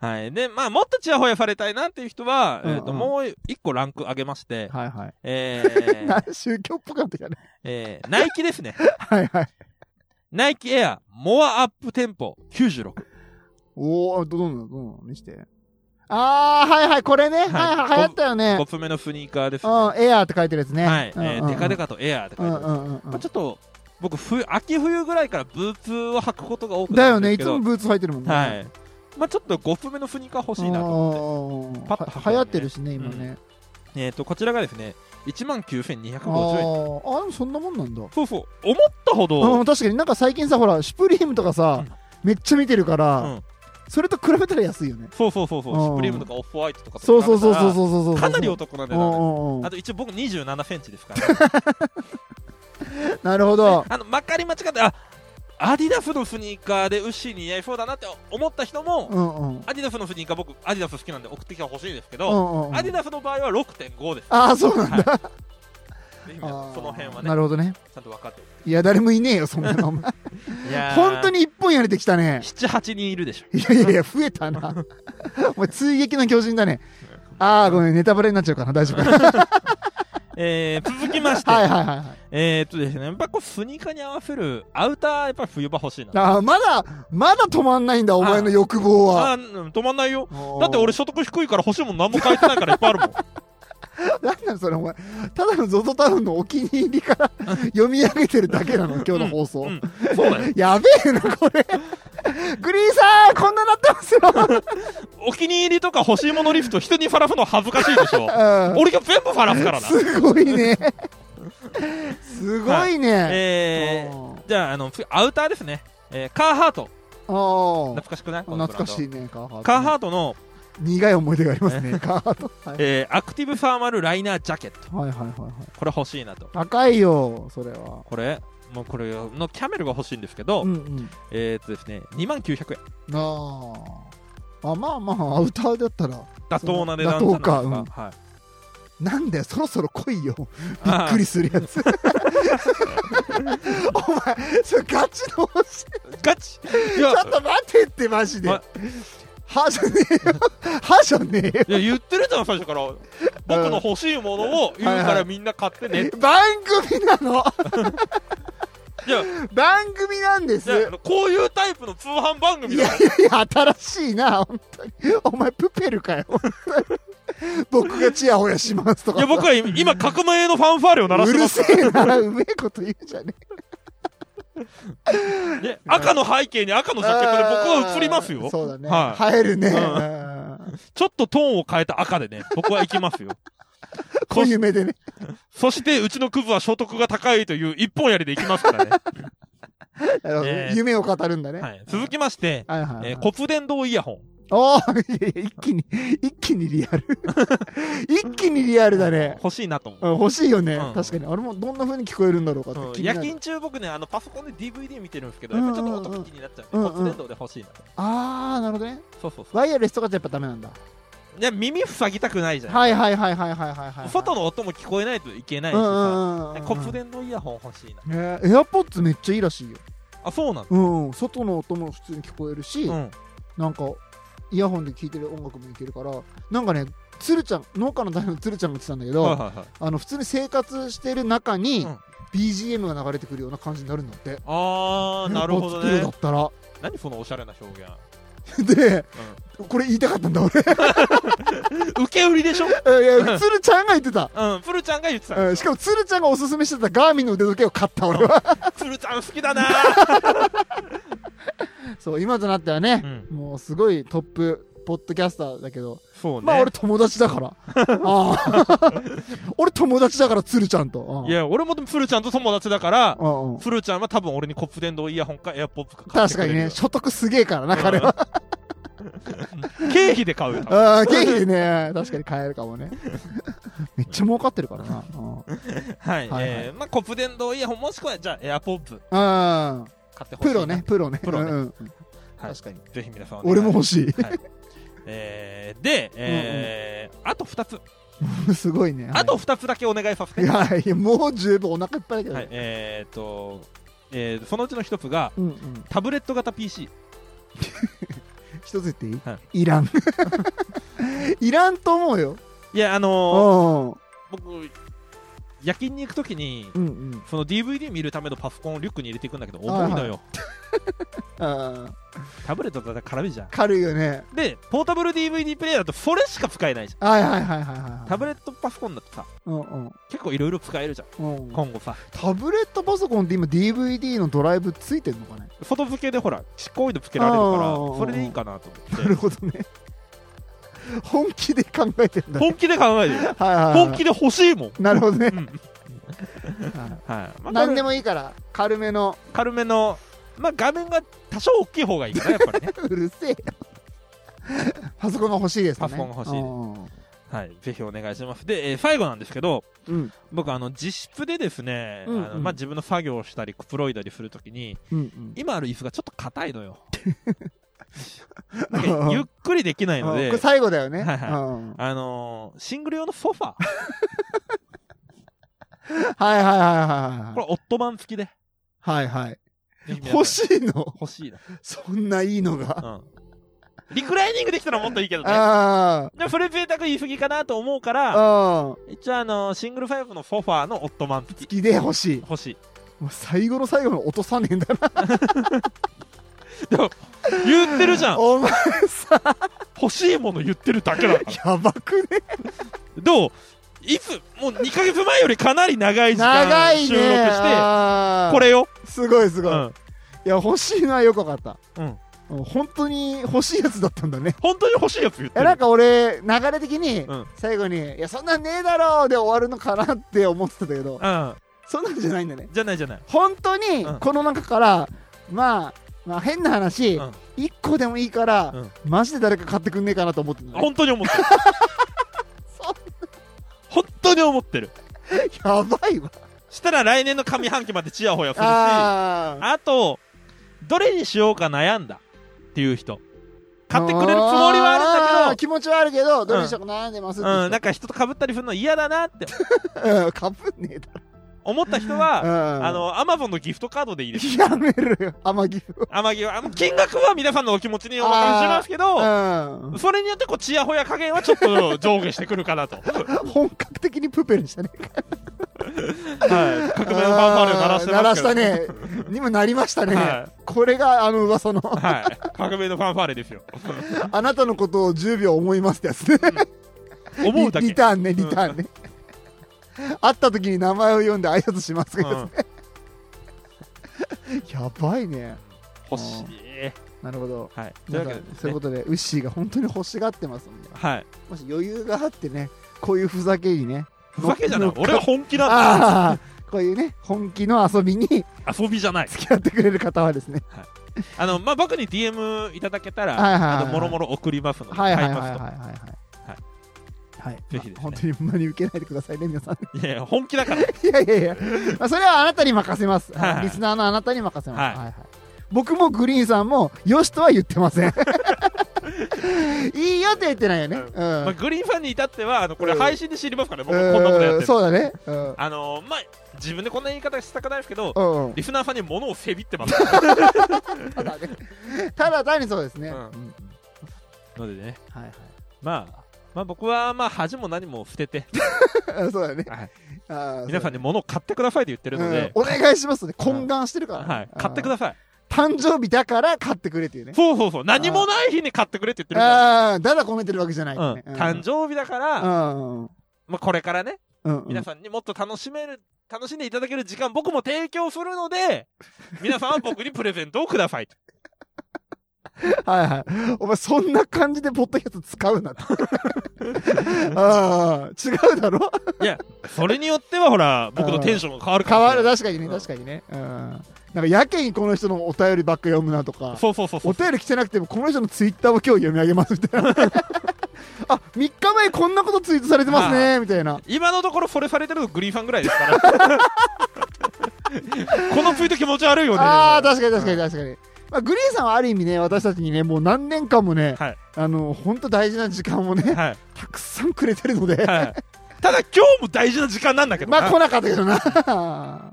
はいでまあもっとちやほやされたいなっていう人は、えーっと
うんうん
もう一個ランク上げまして、
[LAUGHS] はいはい。
え
[LAUGHS] な
ー
宗教っぽかったじゃない。
えーナイキですね
はいはい。
ナイキエア、モアアップテンポ96。
おおどどんどんどんどん見してああはいはいこれね、はい、はい流行ったよね
5つ目のスニーカーです、ね。
うんエアーって書いてるやつね
はい。え
うんうん
ーデカデカとエアーって
う
書い
ん
て
う
ある。やっ
んうんう
ぱ
ん
ちょっと、僕、冬、秋冬ぐらいからブーツを履くことが多く
だ
なる
よ
んで
ね
す
い
け
つ
ど。
もブーツ履いてるもんね
はい。まあちょっと5つ目のスニーカー欲しいなと思っ
うんうんうん
パッと履くよね
は流行ってるしね今ね、
て。えっ、と、こちらがですね、
あ
19,250円。
ーあでもそんなもんなんだ
そうそう。思ったほ
う
ど
ん、確かになんか最近さほらシュプリームとかさ、めっちゃ見てるから、
うん
それと比べたら安いよね
そうそうそうそう。
うん
シュプリームとかオフホワイトとかと比べ
そう
たら
そうそうそうそうそうそう
かなりお得なんだ
うん
よね。
うんうん
あと一応僕27センチですから、 [LAUGHS]
なるほど
あの、まかり間違って、あ、アディダスのスニーカーでウッシーに似合いそうだなって思った人も、
うんうん
アディダスのスニーカー僕アディダス好きなんで送ってきてほしいですけ
う
ど、
んうんうん
アディダスの場合は6.5です、
[LAUGHS] ああそうなんだ、
ぜひ皆
あ
さん
ー
その辺は
な
ね
るほどね
ちゃんと分かって
いや誰もいねえよそんな
[LAUGHS]
のお前
いや
本当に一本やれてきたね。
78人いるで
[LAUGHS]
しょ
いやいやいや、増えたな。お前、追撃の巨人だね。ああ、ごめん、ネタバレになっちゃうかな、大丈夫かな。
えー、続きまして、
はいはいはいはい。
えーっとですねやっぱこうスニーカーに合わせるアウターやっぱり冬場欲しいな
ああ、まだ、まだ止まんないんだ、お前の欲望は。
あーうん止まんないよ
おー
だって俺、所得低いから欲しいもん何も買えてないからいっぱいあるもん
なんなんそれ、お前。ただの ZOZO タウンのお気に入りから
[LAUGHS]
読み上げてるだけなの、今日の放送。
うんそうだよ
[LAUGHS] やべえな、これ。グリーンさん、こんななってますよ。
お気に入りとか欲しいものリフト人にファラフの恥ずかしいでしょ
[LAUGHS] うん
[LAUGHS] 俺が全部ファラフからな
すご
[LAUGHS]
いね。すごいね。
えー、
ー、
じゃああの次アウターですね、えー、カーハート
あ
懐
あ。
かしくないこのブラ
懐
ン
か
ド
しいね、カーハート。
カーハートの、
苦い思い出がありますね、カーハート。はい
えーアクティブファーマルライナージャケット
はいはいはいはい。
これ欲しいなと
高いよ、それは。
これもうこれのキャメルが欲しいんですけど、
うんうん。
えーっとですね2万900円
ああ。あまあまあ、アウターだったら、
妥当な値段
妥当か
じゃないですかはい
なんだよ、そろそろ来いよ。び
あ
っくりする
[LAUGHS]
やつ。お前、それガチの欲しい。
ーガチいや
ちょっと待ってって、マジで。
ま
歯じゃねえ
[LAUGHS]
よ。歯じゃねえよ。
いや言ってるじゃん最初から僕の欲しいものを言うからみんな買ってね
番組なの
いや
番組なんです
いやあのこういうタイプの通販番組
い
だ
や
か
いやいや、新しいな、本当に。お前、プペルかよ、本当に。僕がチヤホヤしますと
ら
か
い
さ。
や僕は今今革命のファンファーレを鳴ら
う
してま
る
す
せえな、うめえこと言うじゃねえ。
で赤の背景に赤のジャケットで僕は映りますよ
そうだね。
はい
映えるね。
うん
うん
ちょっとトーンを変えた赤でね、僕は行き
[LAUGHS]
ますよ。
こういう目でね。
そして、うちのクズは所得が高いという一本槍で行きます
[LAUGHS]
からね。
なるほどね
えー
夢を語るんだね。
はい、続きまして、
はいはいはい。
えー骨伝導イヤホン。
あおーいやいや、一気に、一気にリアル。 [LAUGHS] 一気にリアルだね。
欲しいなと思
うん欲しいよね、
うん
確かに。あれもどんな風に聞こえるんだろうかって
う。うん
気にな
夜
る。
勤中僕ね、あのパソコンで DVD 見てるんですけど、やっぱちょっと音が気になっちゃうんで、
うんうんうん
骨伝導で欲しいな。
あー、なるほどね。
そうそうそ
ワイヤレスとかじゃやっぱダメなんだ。
う。いや、耳塞ぎたくないじゃん。
はいはいはいはいはいはい、はい。
外の音も聞こえないといけないし
うんう
さ、
んうんうん。
コップ電動イヤホン欲しいな。
ねエアポッツめっちゃいいらしいよ。
あ、そうなの
うん、外の音も普通に聞こえるし、
うん。
なんか、イヤホンで聴いてる音楽もいけるから、なんかね、つるちゃん、農家の代表のつるちゃんが言ってたんだけど、
はいはいはい。
あの普通に生活してる中に
うん
BGM が流れてくるような感じになるんだって。
あー、なるほど
エア
ね
ポッ。ツプロだっ
何そのおしゃれな表現。[LAUGHS]
たら。で、これ言いたかったんだ俺。 [LAUGHS]
受け売りでしょ [LAUGHS]
いや、つるちゃんが言ってた。
うん、プルちゃんが言ってた
うん
の。
しかもつるちゃんがおすすめしてたガーミンの腕時計を買った俺は。
プルちゃん好きだなー
そう、今となってはね、
うん
もうすごいトップ。ポッドキャスターだけど、
そうね。
まあ俺友達だ
[LAUGHS]
から。ああ [LAUGHS] 俺友達だから、つるちゃんと。うん
いや、俺もでもプルちゃんと友達だから、
うんうん
プルちゃんは多分俺にコップ電動イヤホンかエアポップか買って
確
く
か
れ
に
るよ
ね、所得すげえからな、
[LAUGHS]
彼は。
経費で買うよ。多分
ああ、経費でね、確かに買えるかもね。 [LAUGHS] めっちゃ儲かってるからな。うん
はい。
はいはい
えーまあコップ電動イヤホンもしくは、じゃあエアポップ
うん。
買ってほしい。
プロね、。プロね。
プロね
うんうん
はい
確かに。
ぜひ皆さんお願い
俺も。欲し
えーで、えーあと2つ。
い。 [LAUGHS] すごいね。はい
あと2つだけお願いさせて。
いやいや、もう十分お腹いっぱいだけど
はい
ね。
えーと、えーそのうちの1つが、
うんうん。
タブレット型 PC。
一つ言っていい
はい
らん。 [LAUGHS] いらんと思うよ。
いや、あのー
う
僕、夜勤に行くときに、
ん。うんうん。
その DVD 見るためのパソコンをリュックに入れていくんだけど、重いのよ。
ああ
タブレットだったら軽いじゃん。
軽いよね。
で、ポータブル DVD プレイヤーだとそれしか使えないじゃ
はいはいはいはいは
ん。
い。
タブレットパソコンだとさ、
うんうん
結構いろいろ使えるじゃん。
うん
今後さ、
タブレットパソコンって今 DVD のドライブついてるのかね
外付けでほら、ちっこいの付けられるから
あー、
それでいいかなと思
なる
って。
ほどね。本気で考えてるんだね。
本気で考えてる。
はいはいはい
本気で欲しいもん。
なるほどね。
うん
はい
はい。まあ
何でもいいから、軽めの、
軽めの、まあ、画面が多少大きい方がいいかな、やっぱりね。
うるせえよ。パソコンが欲しいですね。
パソコンが欲しいはい。ぜひお願いします。で、えー最後なんですけど、
うん。うん
僕、あの、実質でですね、
うんうん
あのまあ、自分の作業をしたり、くつろいだりするときに、
うん
今ある椅子がちょっと硬いの
[LAUGHS]
よ。なんかゆっくりできない
うん。
の
こ
で
れ、最後だよね。
はいはい
うんはい
あのーシングル用のソファー。
はいはいはい
これ、オットマン付きで。
はい。はいはい。
ぜひ皆さん
欲しいの
欲しいな。
そんないいのが。
うん。リクライニングできたらもっといいけどね。
あ
でもそれ贅沢言い過ぎかなと思うから、
あ。うん。好
一応あのーシングルファイブのソファーのオットマン付き。
きで欲しい。
欲しい。
もう最後の最後の落とさねえんだ
[LAUGHS]
な。
言ってるじゃん
お前さ、
欲しいもの言ってるだけだから。
やばくね
どういつもう2ヶ月前よりかなり長い時
長
間
いね。
収録して、
あー
こ。れよ。
すごいすごい。
う
い
ん。
や、欲しいのはよくわかった。
うん。
うん本当に欲しいやつだったんだね。
本当に欲しいやつ言って
え
る。
なんか俺流れ的に
うん
最後に「いやそんなんねえだろ」で終わるのかなって思ってたんだけど
うん。
そんなんじゃないんだね
じゃないじゃない。
本当に
うん
この中から、まあまあ変な話、
うん
一1個でもいいから、
うん
マジで誰か買ってくんねえかなと思ってんだね
本当に思
[LAUGHS]
ってる。本当に思ってる。
やば
[LAUGHS]
いわ
したら来年の上半期までチヤホヤするし、あ
あー
と、どれにしようか悩んだっていう人。買ってくれるつもりはあるんだ
ー気持ちはあるけどどうでしょうか悩んでます
け
っ
ど、
て人
うん、なんか人と被ったりするの嫌だなって
うんかぶんねえだ
思った人は、
ろ
あの、アマゾンのギフトカードでいいです。
やめるよ天城を
アマギあの金額は皆さんのお気持ちにお任せしますけど、
うん
それによってこう、チヤホヤ加減はちょっと上下してくるか
[LAUGHS]
なと。はい。
本格的にプペルした
[LAUGHS]
ね
革命のファンファーレを鳴らしてますけど。
ね。
[LAUGHS]
にもなりましたね。
は
これがあの噂の、
はい。革命のファンファーレ
[LAUGHS]
ですよ。
あなたのことを10秒思いますってやつね。
思うだ
リ
け。
リターンね、リターンね。会った時に名前を読んで挨拶しますが、
うん
やばいね。
欲しい。
なるほど。
はい。という
皆
わけ
さん
でです
そう
ね
いうことで、ウッシーが本当に欲しがってますんで、
はい。
もし余裕があってね、こういうふざけにね、
ふざけじゃない。俺
[LAUGHS]
は本気なんだ。
ああ、こういうね、本気の遊びに [LAUGHS]
遊びじゃない。
付き合ってくれる方はですね、
はいあの、まあ、僕に DM いただけたら、
はいはいはいはい
あの、もろもろ送りますので、
はいはい
買
はいいは
ま
い
す
はい
と。
はいはいはい
ぜひですね
本当にほんまに受けないでくださいね皆さん [LAUGHS]
いやいや、本気だから。
いやいやいや、まあ、それはあなたに任せます、
はい
リスナーのあなたに任せます、
はい
はいはい僕もグリーンさんもよしとは言って
[LAUGHS]
ませんいいよって言ってないよね、うん
まあ、グリーンファンに至っては、あの、これ
うん
配信で知りますからね、僕
うん
こんなことやってる。
そうだねうん
あの、まあ、自分でこんな言い方したくないですけど、
うんうん
リスナーさんに物をせびってます
[LAUGHS] ただね [LAUGHS] ただ単にそうですね、
うん
うん
のでね、
はい
まあ、まあ僕はまあ恥も何も捨てて、
はいそうだね、
はい
[LAUGHS] あー
皆さん
そ
に物を買ってくださいと言ってる
う
の
うん
で、
お願いしますね懇願してるからね、
はい、買ってください。
誕生日だから買ってくれっていうね
そうそうそう、何もない日に買ってくれって言ってるから。
ああーだから込めてるわけじゃない、
うん、誕生日だから、
生
まあ、これからね、
うんうん
皆さんにもっと楽しめる、楽しんでいただける時間、僕も提供するので、皆さんは僕にプレゼントをくださ
[LAUGHS]
いと。
はいはい。お前そんな感じでポッドキャスト使うなって。 [LAUGHS] ああ、違うだろ
いや、それによってはほら、僕のテンションが変わるか
変
も
わ
しれ
る、
ない。
確かにね、確かにね。うん。なんかやけにこの人のお便りばっか読むなとか、
そうそうそうそ
お
う。
便り来てなくてもこの人のツイッターを今日読み上げますみたいな。 [LAUGHS] あ、3日前こんなことツイートされてますね、みたいな。
今のところそれされてるのグリーンファンぐらいです
[LAUGHS]
から。このツイート気持ち悪いよね。
ああ、確かに確かに確かに。まあ、グリーンさんはある意味ね、私たちにね、もう何年間もね、
はい
あの、本当大事な時間をね、
はい。
たくさんくれてるので、
はい。ただ今日も大事な時間なんだけどな。
まあ来なかったけどな。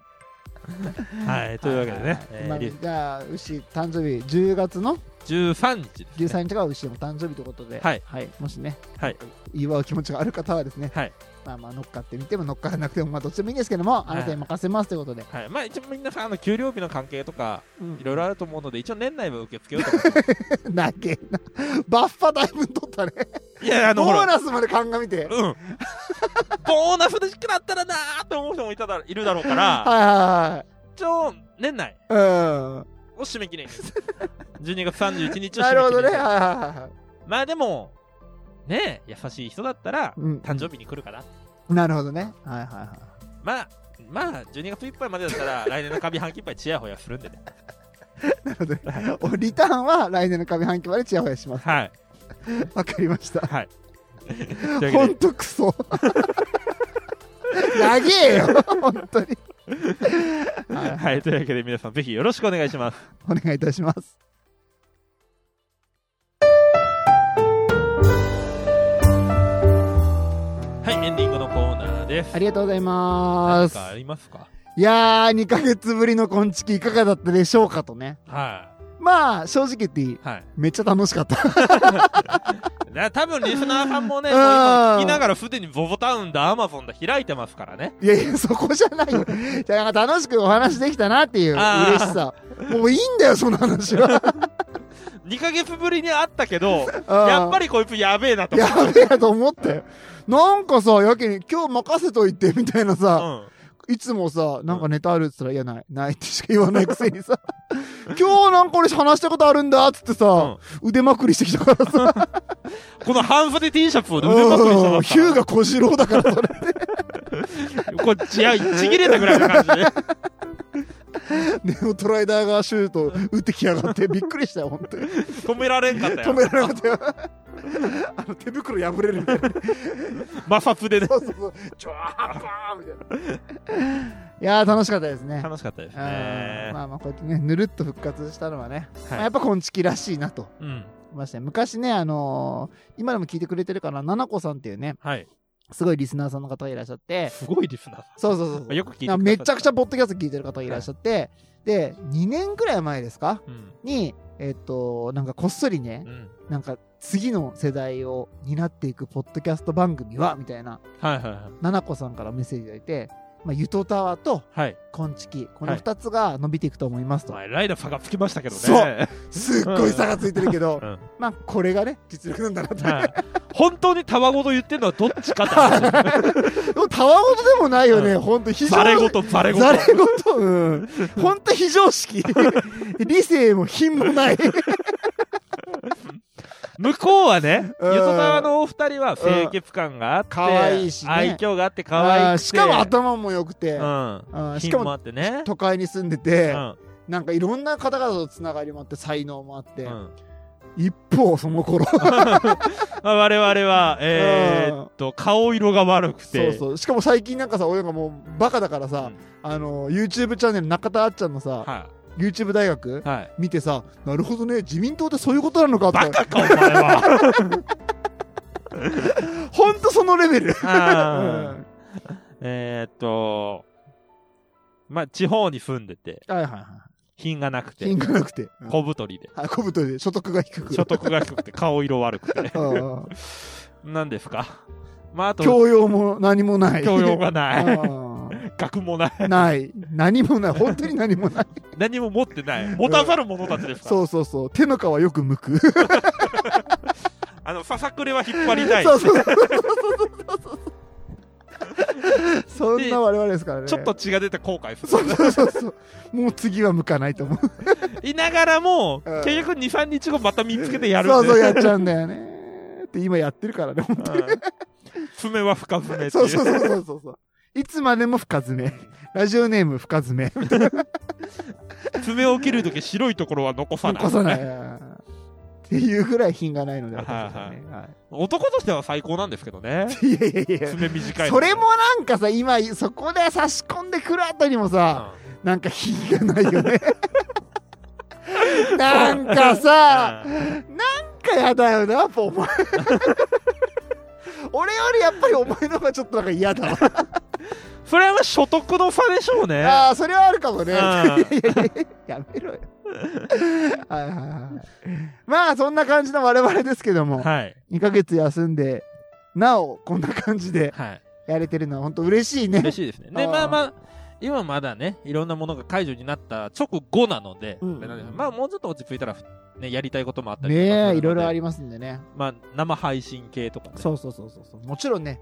[LAUGHS]
はい。というわけでね、えー
まあ
り
じゃあ、牛誕生日10月の
13日です、ね。
13日が牛の誕生日ということで、
はい
もしね、
はい
祝う気持ちがある方はですね、
はい
まあまあ乗っかってみても乗っからなくても、まあどっちでもいいんですけども、あなたに任せますということで、
はい。まあ一応皆さん、あの、給料日の関係とか、
うん [LAUGHS]
いろいろあると思うので、一応年内は受け付けようと思ってま
なげな、バッファだいぶ取ったね、 [LAUGHS]
す。いや、あの、ほ
ボー
ら。
ナスまで鑑みて、
うん。ボーナスでしくなったらなーって思う人もいただいるだろう
[LAUGHS]
から、
は
一応、年内
いはいは
を締め
[LAUGHS]
切りに。12月31
い、
日を締
うん、
め切りに。
なるほどね、はいはいはいはい
まあでも、ねえ、優しい人だったら、
うん
誕生日に来るかな。
なるほどね、はいはいは
まあ、まあ、12月いっぱいまでだった
[LAUGHS]
ら、来年の上半期いっぱいチヤホヤするんでね。
い、なるほどね、おリターンは来年の上半期までちやほや
[LAUGHS]
します、
はい。
わかりました。 [LAUGHS]
はい。というわ
ほ
けで
んとクソ。 [LAUGHS] 長えよ、本当に。
はい。というわけで皆さん、ぜひよろしくお願いします。
お願いいたします。
はい、エンディングのコーナーです。
ありがとうございま
何
す。
かありますか
いやー、2ヶ月ぶりのこんちきいかがだったでしょうかとね。
は
まあ、正直言っていい
い。。はい。
めっちゃ楽しかった。 [LAUGHS]
ね、多分リスナーさんもね、
う
も
ん
う今聞きながらすでにボボタウンだ、アマゾンだ、開いてますからね。
いやいや、そこじゃな
[LAUGHS]
いよ。じゃあ、なんか楽しくお話できたなっていう
あー
嬉しさ。もういいんだよ、その話
[LAUGHS]
は。
2ヶ月ぶりに会ったけど、
あー
やっぱりこいつやべえなと思っ
やべえやと思ったよ。なんかさ、やけに今日任せといてみたいなさ。
た。
いつもさ、なんかネタあるって言ったら、いや、ない、ないってしか言わないく
[LAUGHS]
せにさ、今日なんか俺話したことあるんだっつってさ、腕まくりしてきたからさ、
うん、この半袖 T シャツを腕まくりして
うん
ます
ヒ
か
ューが小次郎だからそれ。
ら。こっちや、ちぎれたぐらいの感じで。
ネオトライダーがシュート打ってきやがって、びっくりしたよ、本当に。
止められんかった
止
よ。
められなかったよ。あの手袋破れるみたいな。
摩擦でね。
そうそうそう。ちょーパーンみたいな。いやー、楽しかったですね。
楽しかったです
うん
ね。
まあまあ、こうやってね、ぬるっと復活したのはね、まあ
は
や
い
っ。ぱこんちきらしいなと。
うん。
ましたね昔ね、あのー今でも聞いてくれてるかな、ななこさんっていうね、
はい。
すごいリスナーさんの方がいらっしゃって、
すごいリスナーさん。
そうそうそう
まあよく聞いてくださった
なんかめちゃくちゃポッドキャスト聞いてる方がいらっしゃって、で、2年くらい前ですか
うん。
に、えっと、なんかこっそりね
う、ん。
なんか次の世代を担っていくポッドキャスト番組は、みたいな、
はいはいはい。
ななこさんからメッセージいただいて、まあ、ゆとたわと、
はい。
こんちき、この2つが伸びていくと思いますと。
まあ、ライダー差がつきましたけどね。
そうすっごい差がついてるけど、
うん
まあ、これがね、実力なんだなと。
はい。本当にたわごと言ってるのはどっちかって
[LAUGHS]
話。
でもたわごとでもないよね、
う
ほんと非常
ざれごと、ざれごと
ざ。れごと、うん。ほんと非
[LAUGHS]
常識。理性も品もない。
向こうはね、
うん
ゆとたわのお二人は清潔感があって、
可愛いしね
愛嬌があって可
あ
愛
ー
い
しかも頭も良くて、
う
あ
ん。
ーし
品
か
も
も
あってね。
都会に住んで
う
て、
ん。
なんかいろんな方々とつながりもあって才能もあって、
うん
一方そ
[LAUGHS]
の頃
まあ我々は、えーっと、顔色が悪く
そう
て、
そうしかも最近なんかさ俺がもうバカだからさ、あの YouTube チャンネル中田あっちゃんのさ、
は
YouTube 大学
い。はい。
見てさなるほどね自民党ってそういうことなのか
バ
って
カか、お前
[LAUGHS]
は。
ほんとそのレベル、
あ
う
ー
ん
えーっと、まあ、地方に住んでて、
はいはいは
品がなく
い
て
品、がなくて、うん
小太りで、
あ小太りで所得が低く
所得が低くて、顔色悪くて。 [LAUGHS]
うん
何ですかまあ、あと、
教養も何もない
教
[LAUGHS]
養がない。
う
学もない。
[LAUGHS] んない何もない本当に何もない
何も持ってない。持たざる者たちですから。
そうそうそう手の皮よく剥く
あの、ささくれは引っ張りたい。
そうそうそうそうそうそうそんな我々ですからね
ちょっと血が出て後悔す
そう
る。
そうそうそうもう次は向かないと思う
いながらも、
うん
結局2、3日後また見つけてやる
そ
ん
う
で。
そうやっちゃうんだよねって今やってるか
[LAUGHS]
らね
うん爪は深爪って
そ
いう
そう
う。
そうそうそうそう。いつまでも深爪。ラジオネーム深爪。
爪を切るとき白いところは残さない。
残さない。っていうぐらい品がないので、私はね。は
男としては最高なんですけどね。
い、いやいやいや。
爪短いの
それもなんかさ、今、そこで差し込んでくるあたりもさ、
う
なんか品がないよね。
[LAUGHS]
なんかさ、
ん
なんかやだよな、やっぱお
[LAUGHS]
前。俺よりやっぱりお前の方がちょっとなんか嫌だわ。
それはまあ所得の差でしょうね。
ああ、それはあるかもね。い
うん
やいやい [LAUGHS] ややめろよ。はいはいはい。まあ、そんな感じの我々ですけども、
はい。
2ヶ月休んで、なお、こんな感じで
はい。
やれてるのは本当嬉しいね
嬉。しいですね。で、
あー
まあまあ、今まだね、いろんなものが解除になった直後なので、
うん
あれなんですけどまあもうちょっと落ち着いたら、ね、やりたいこともあったりとかするの
ねえ、
で
いろいろありますんでね。
まあ、生配信系とかね。
そうそうそうそうそう。もちろんね、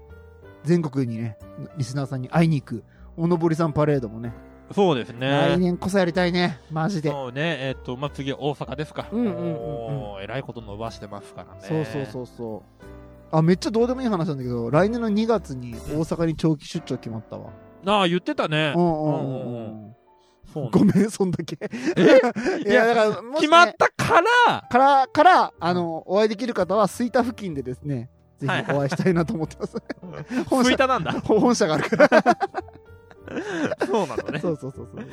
全国にね、リスナーさんに会いに行く、おのぼりさんパレードもね、
そうです
来
ね。
年こそやりたいね。マジで。
そうね、えっ、と、まあ、次は大阪ですか。
うんうんうんうん
もう、えらいこと伸ばしてますからね。
そうそうそうそう。あ、めっちゃどうでもいい話なんだけど、来年の2月に大阪に長期出張決まったわ。
ああ、言ってたね。
うんうんうんうん。
そうね
ごめん、そんだけ。
え
[LAUGHS] いや、だから、もしね
決まったから、
から、から、あの、お会いできる方は、吹田付近でですね、ぜ
はい
ひお会いしたいなと思って
[LAUGHS]
ます。 [LAUGHS] 本
吹
社、
田なんだ。
本社があるから。
そうなのね
そ。うそうそうそう。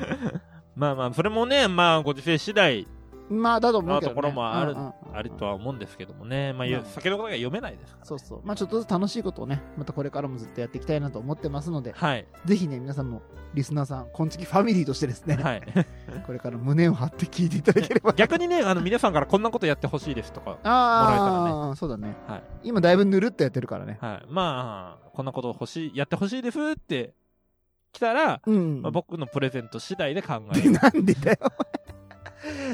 まあまあ、それもね、まあ、ご時世次第、
まあ、だと思うけど、
まあとこ
ね。
ろもある
うんうんうん
あるとは思うんですけどもね。まあ、
うん
酒のことが読めないですから。
そうそう。まあ、ちょっとずつ楽しいことをね、またこれからもずっとやっていきたいなと思ってますので、
はい。
ぜひね、皆さんも、リスナーさん、こんちきファミリーとしてですね、
はい。 [LAUGHS]
これから胸を張って聞いていただければ。
逆にね、あの、皆さんからこんなことやってほしいですとか。もらえた
ああ、そうだね。
はい。
今、だいぶぬるっとやってるからね。
はい。まあ、こんなこと欲しい、やってほしいですって、来たら、
うん
まあ、。僕のプレゼント次第で考え
で
る。
なんでだよ。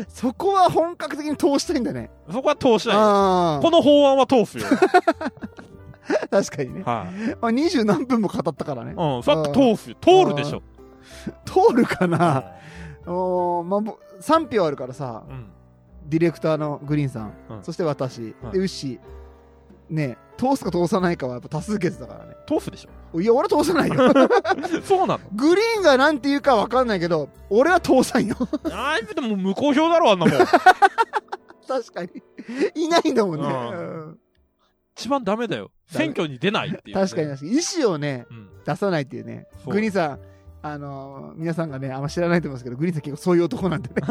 そこは本格的に通したいんだね。
そこは通しない。
あ
この法案は通すよ。
あ、確かにね。
はい。
まあ、二十何分も語ったからね。
うん。さっき通すよ。通るでしょ。
通るかな、おーまあぼ、賛票あるからさ
う、ん。
ディレクターのグリーンさん、
うん
そして私、
はい
で、ウッシー。ねえ通すか通さないかはやっぱ多数決だからね。
通すでしょ。
いや、俺は通さな
[LAUGHS]
いよ。 [LAUGHS]
そうなの
グリーンがなんて言うかわかんないけど、俺は通さんよ。
あいつでも無効票だろ、あん
[LAUGHS]
なもん。
確かに。いないんだもんね。
うん
うん
一番ダメだよ。
ダメ
選挙に出ないっていうね、
確かに確かに。意思をね、
うん。
出さないっていうね。
そう
グリーンさん、あのー皆さんがね、あんま知らないと思いますけど、グリーンさん結構そういう男なんでね。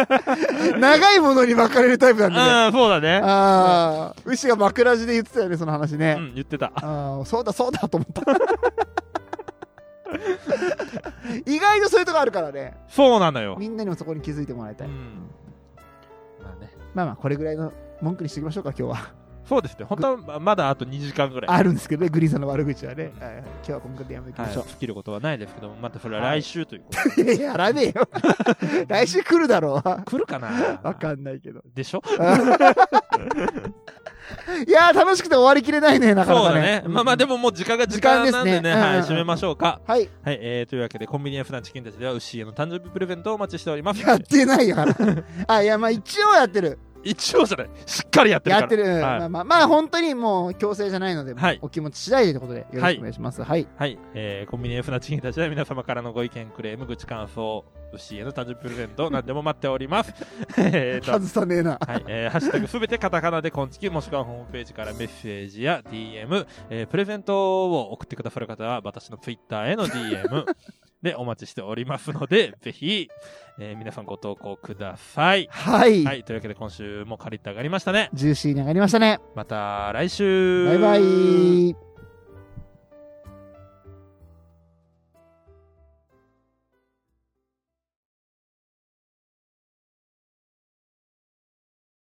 [LAUGHS]
長いものに巻かれるタイプなんでね。
うん、そうだね。
ああ、牛が枕地で言ってたよね、その話
う
ね。
ん、言ってた。
ああ、そうだそうだと思った。意外とそういうとこあるからね。
そうなのよ。
みんなにもそこに気づいてもらいた
う
い。
ん。まあね。
まあまあ、これぐらいの文句にしておきましょうか、今日は。
そうですね。本当はままだあと2時間ぐらい。
あるんですけどね、グリーンさんの悪口はね。
うん
はいはい今日はこの辺でやめていき
は
ま
い。
しょ
尽
う。
きることはないですけども、またそれは
はい
来週ということで。
いやいや、やらねえよ。 [LAUGHS] 来週 [LAUGHS] 来るだろう。
来るかな
わかんないけど。
でしょ
いやー、楽しくて終わりきれないね、なかな
そう
か
だ
ね
ね。。まあまあ、で
も。
ももう時間が時
時間
間
ですね
なんでね、
うんうん
はい、
うん
締めましょうか。
はい。
はい、えー、というわけで、コンビニエンスなチキンたちでは、牛への誕生日プレゼントをお待ちしております。 [LAUGHS]
やってないよ。あ、いや、まあ一応やってる。
一応じゃない。しっかりやってるか
や
ら。
ってる。ま
は
あ
い。
まあ、まあ本当にもう強制じゃないので、
はい
お気持ち次第でということで、よろしくお願いします。はい。
はいえーコンビニエンスなチキンたちは皆様からのご意見、クレーム、口感想、牛への誕生日プレゼント、何でも待っており
[LAUGHS]
ます。えーと
外さねえな。
はい、えー、ハッシュタグすべてカタカナでコンチキ、もしくはホームページからメッセージや DM、えープレゼントを送ってくださる方は、私のツイッターへの DM でお待ちしておりますので、ぜひ、えー皆さんご投稿ください。
はい。
はい、というわけで今週も借りて上がりましたね。
ジューシーに上がりましたね。
また来週
バイバイ。